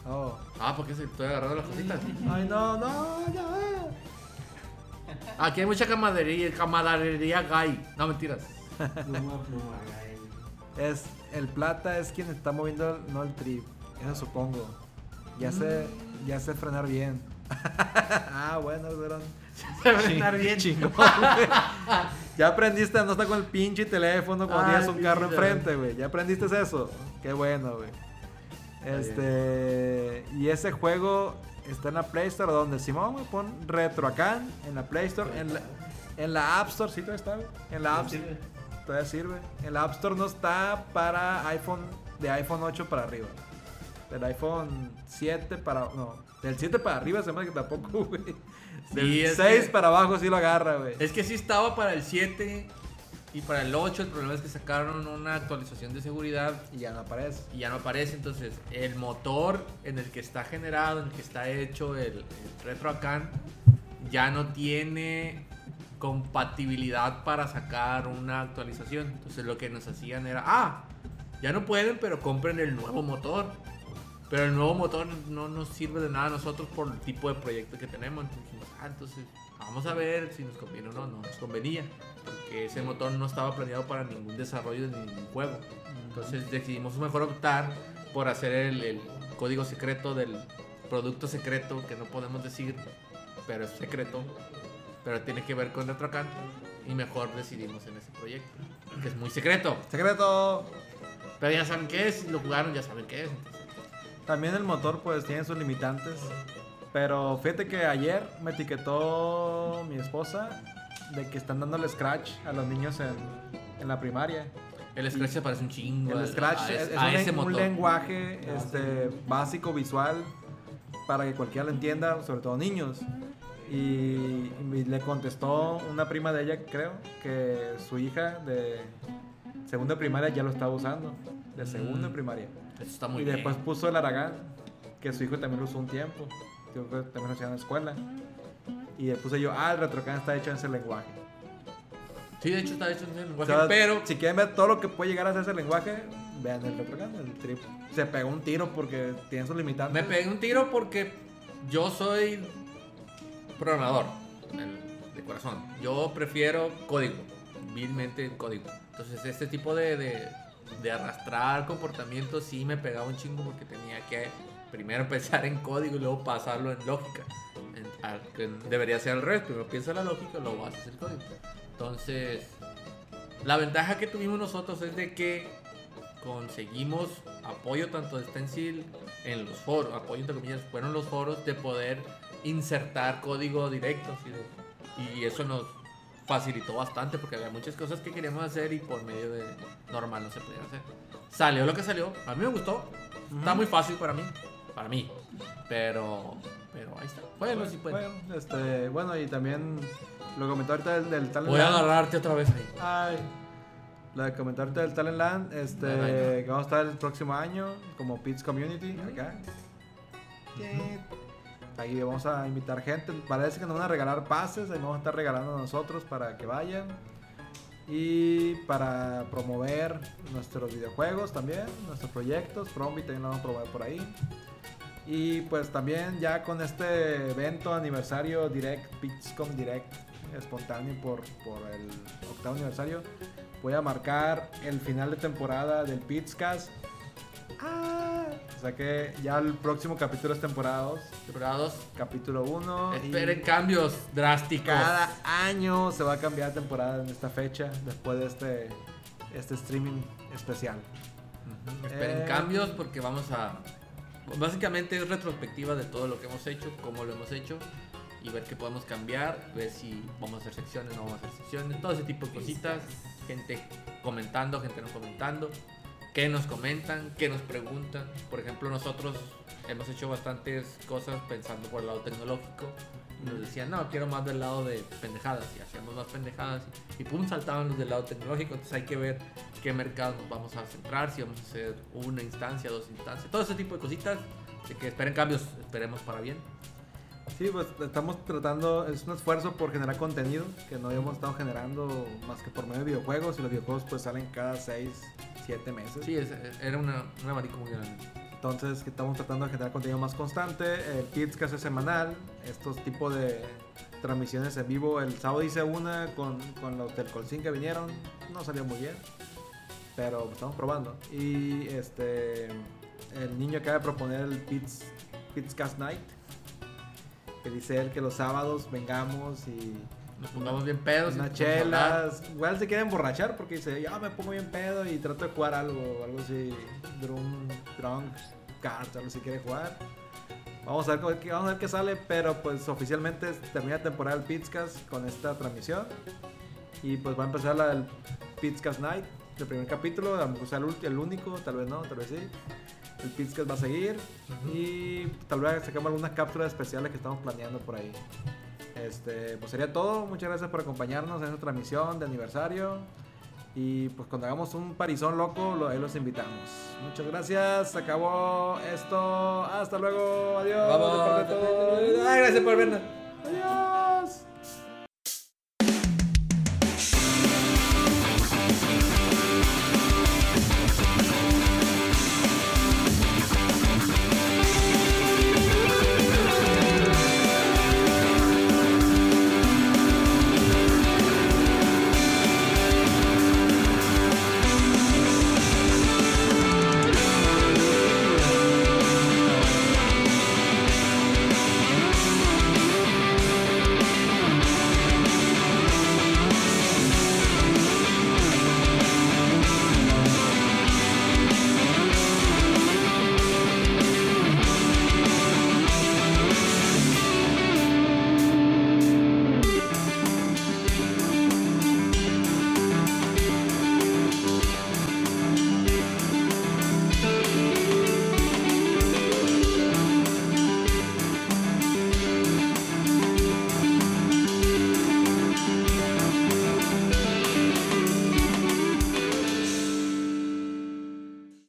Oh.
Ah, porque se estoy agarrando las cositas.
Ay, no, no, eh. no.
Aquí hay mucha camaradería, camaradería gay. No, mentiras.
Pluma, pluma, gay.
Es, el plata es quien está moviendo, el- no el trip. Eso supongo. Ya sé, ya sé frenar bien. ah, bueno, Verón.
Frenar bien.
Chingón, güey. Ya aprendiste a no estar con el pinche teléfono cuando
Ay,
tienes un
pinche
carro
teléfono.
enfrente, güey. Ya aprendiste eso. Qué bueno, güey. Este. Y ese juego está en la Play Store, donde Simón, güey, pon Retroacán en la Play Store. En la, en la App Store, sí, todavía está, güey. En la App Store.
sirve.
Todavía sirve. En la App Store no está para iPhone, de iPhone 8 para arriba. Del iPhone 7 para. No, del 7 para arriba se me hace que tampoco, güey. Del
Sí, es
6
que-
para abajo sí lo agarra, güey.
Es que sí estaba para el 7 y para el 8. El problema es que sacaron una actualización de seguridad
Y ya no aparece.
y ya no aparece. Entonces, el motor en el que está generado, en el que está hecho el, el RetroAcan, ya no tiene compatibilidad para sacar una actualización. Entonces, lo que nos hacían era, ah, ya no pueden, pero compren el nuevo motor. Pero el nuevo motor no nos sirve de nada a nosotros por el tipo de proyecto que tenemos. Entonces dijimos, ah, entonces vamos a ver si nos conviene o no. No nos convenía. Porque ese motor no estaba planeado para ningún desarrollo de ningún juego. Entonces decidimos mejor optar por hacer el, el código secreto del producto secreto que no podemos decir, pero es secreto, pero tiene que ver con Retrocan. Y mejor decidimos en ese proyecto, que es muy secreto.
Secreto.
Pero ya saben qué es, si lo jugaron ya saben qué es. entonces,
También el motor, pues tiene sus limitantes. Pero fíjate que ayer me etiquetó mi esposa de que están dándole scratch a los niños en, en la primaria.
El Scratch se parece un chingo.
El
al-
Scratch
a,
es,
es-
es
a
un,
ese
un
motor. Ah,
lenguaje este, básico, visual, para que cualquiera lo entienda, sobre todo niños. Y, y le contestó una prima de ella, creo, que su hija de segunda primaria ya lo estaba usando. De segunda
Mm.
primaria.
Eso está muy
y
bien.
después puso el Aragán, que su hijo también lo usó un tiempo. Yo creo que también lo hacía en la escuela. Y le puse yo, ah, el Retrocan está hecho en ese lenguaje.
Sí, de hecho está hecho en el
O
lenguaje,
sea,
Pues pero
Si quieren ver todo lo que puede llegar a hacer ese lenguaje, vean el retrogame, el trip. Se pegó un tiro porque tiene sus
me
limitantes.
pegué un tiro porque yo soy programador en- de corazón. Yo prefiero código, vilmente código. Entonces este tipo de, de, de arrastrar comportamientos sí me pegaba un chingo porque tenía que primero pensar en código y luego pasarlo en lógica. En- a- que debería ser al revés, primero piensa la lógica y luego haces el código. Entonces, la ventaja que tuvimos nosotros es de que conseguimos apoyo tanto de Stencil en los foros, apoyo entre comillas, fueron los foros de poder insertar código directo. así de- Y eso nos facilitó bastante porque había muchas cosas que queríamos hacer y por medio de normal no se podía hacer. Salió lo que salió, a mí me gustó, está muy fácil para mí, para mí, pero, pero ahí está. Bueno, sí puede.
Pues, Bueno, este, bueno, y también lo comentó ahorita del, del Talent
Voy a
Land.
agarrarte otra vez ahí.
Ay. Lo de comentar ahorita del Talent Land, este,
Ay, ay,
que vamos a estar el próximo año como Pits Community, acá. Ahí vamos a invitar gente, parece que nos van a regalar pases, ahí vamos a estar regalando a nosotros para que vayan. Y para promover nuestros videojuegos también, nuestros proyectos, Frombi también lo vamos a promover por ahí. Y pues también ya con este evento aniversario direct, Pitscom Direct, espontáneo por, por el octavo aniversario, voy a marcar el final de temporada del Pitscast. Ah, o sea que ya el próximo capítulo es temporada 2,
Temporada dos.
capítulo 1.
Esperen cambios drásticos.
Cada año se va a cambiar de temporada en esta fecha, después de este, este streaming especial.
Ujú. Esperen
Eh.
cambios porque vamos a. Básicamente es retrospectiva de todo lo que hemos hecho, cómo lo hemos hecho y ver qué podemos cambiar, ver si vamos a hacer secciones, no vamos a hacer secciones, todo ese tipo de cositas. Gente comentando, gente no comentando, qué nos comentan, qué nos preguntan. Por ejemplo, nosotros hemos hecho bastantes cosas pensando por el lado tecnológico. Nos decían, no, quiero más del lado de pendejadas. Y hacíamos más pendejadas. Y pum, saltaban los del lado tecnológico. Entonces hay que ver qué mercado nos vamos a centrar, si vamos a hacer una instancia, dos instancias, todo ese tipo de cositas. Así que esperen cambios, esperemos para bien.
Sí, pues estamos tratando, es un esfuerzo por generar contenido que no habíamos estado generando más que por medio de videojuegos y los videojuegos pues salen cada 6, 7 meses.
Sí, es- era una, un abanico muy grande.
Entonces que estamos tratando de generar contenido más constante, el Kidscast es semanal, estos tipos de transmisiones en vivo, el sábado hice una con, con los del Colcín que vinieron, no salió muy bien, pero estamos probando. Y este, el niño acaba de proponer el Kids, Kidscast Night, que dice él que los sábados vengamos y
Nos pongamos bien pedos. y
unas
nos pongamos a hablar.
chelas. Igual se quiere emborrachar porque dice, yo me pongo bien pedo y trato de jugar algo, algo así, drum, drunk, cards, algo si quiere jugar. Vamos a ver, cómo- qué- vamos a ver qué sale, pero pues oficialmente termina la temporada del Pizcast con esta transmisión. Y pues va a empezar la del Pizcast Night, el primer capítulo, a lo mejor sea el, ulti- el único, tal vez no, tal vez sí. El Pizcast va a seguir y tal vez sacamos algunas cápsulas especiales que estamos planeando por ahí. Este, pues sería todo. Muchas gracias por acompañarnos en esta transmisión de aniversario. Y pues cuando hagamos un parizón loco, lo- ahí los invitamos. Muchas gracias. Se acabó esto. Hasta luego. Adiós. de
Vamos.
parte de todos.
Ay, gracias por vernos.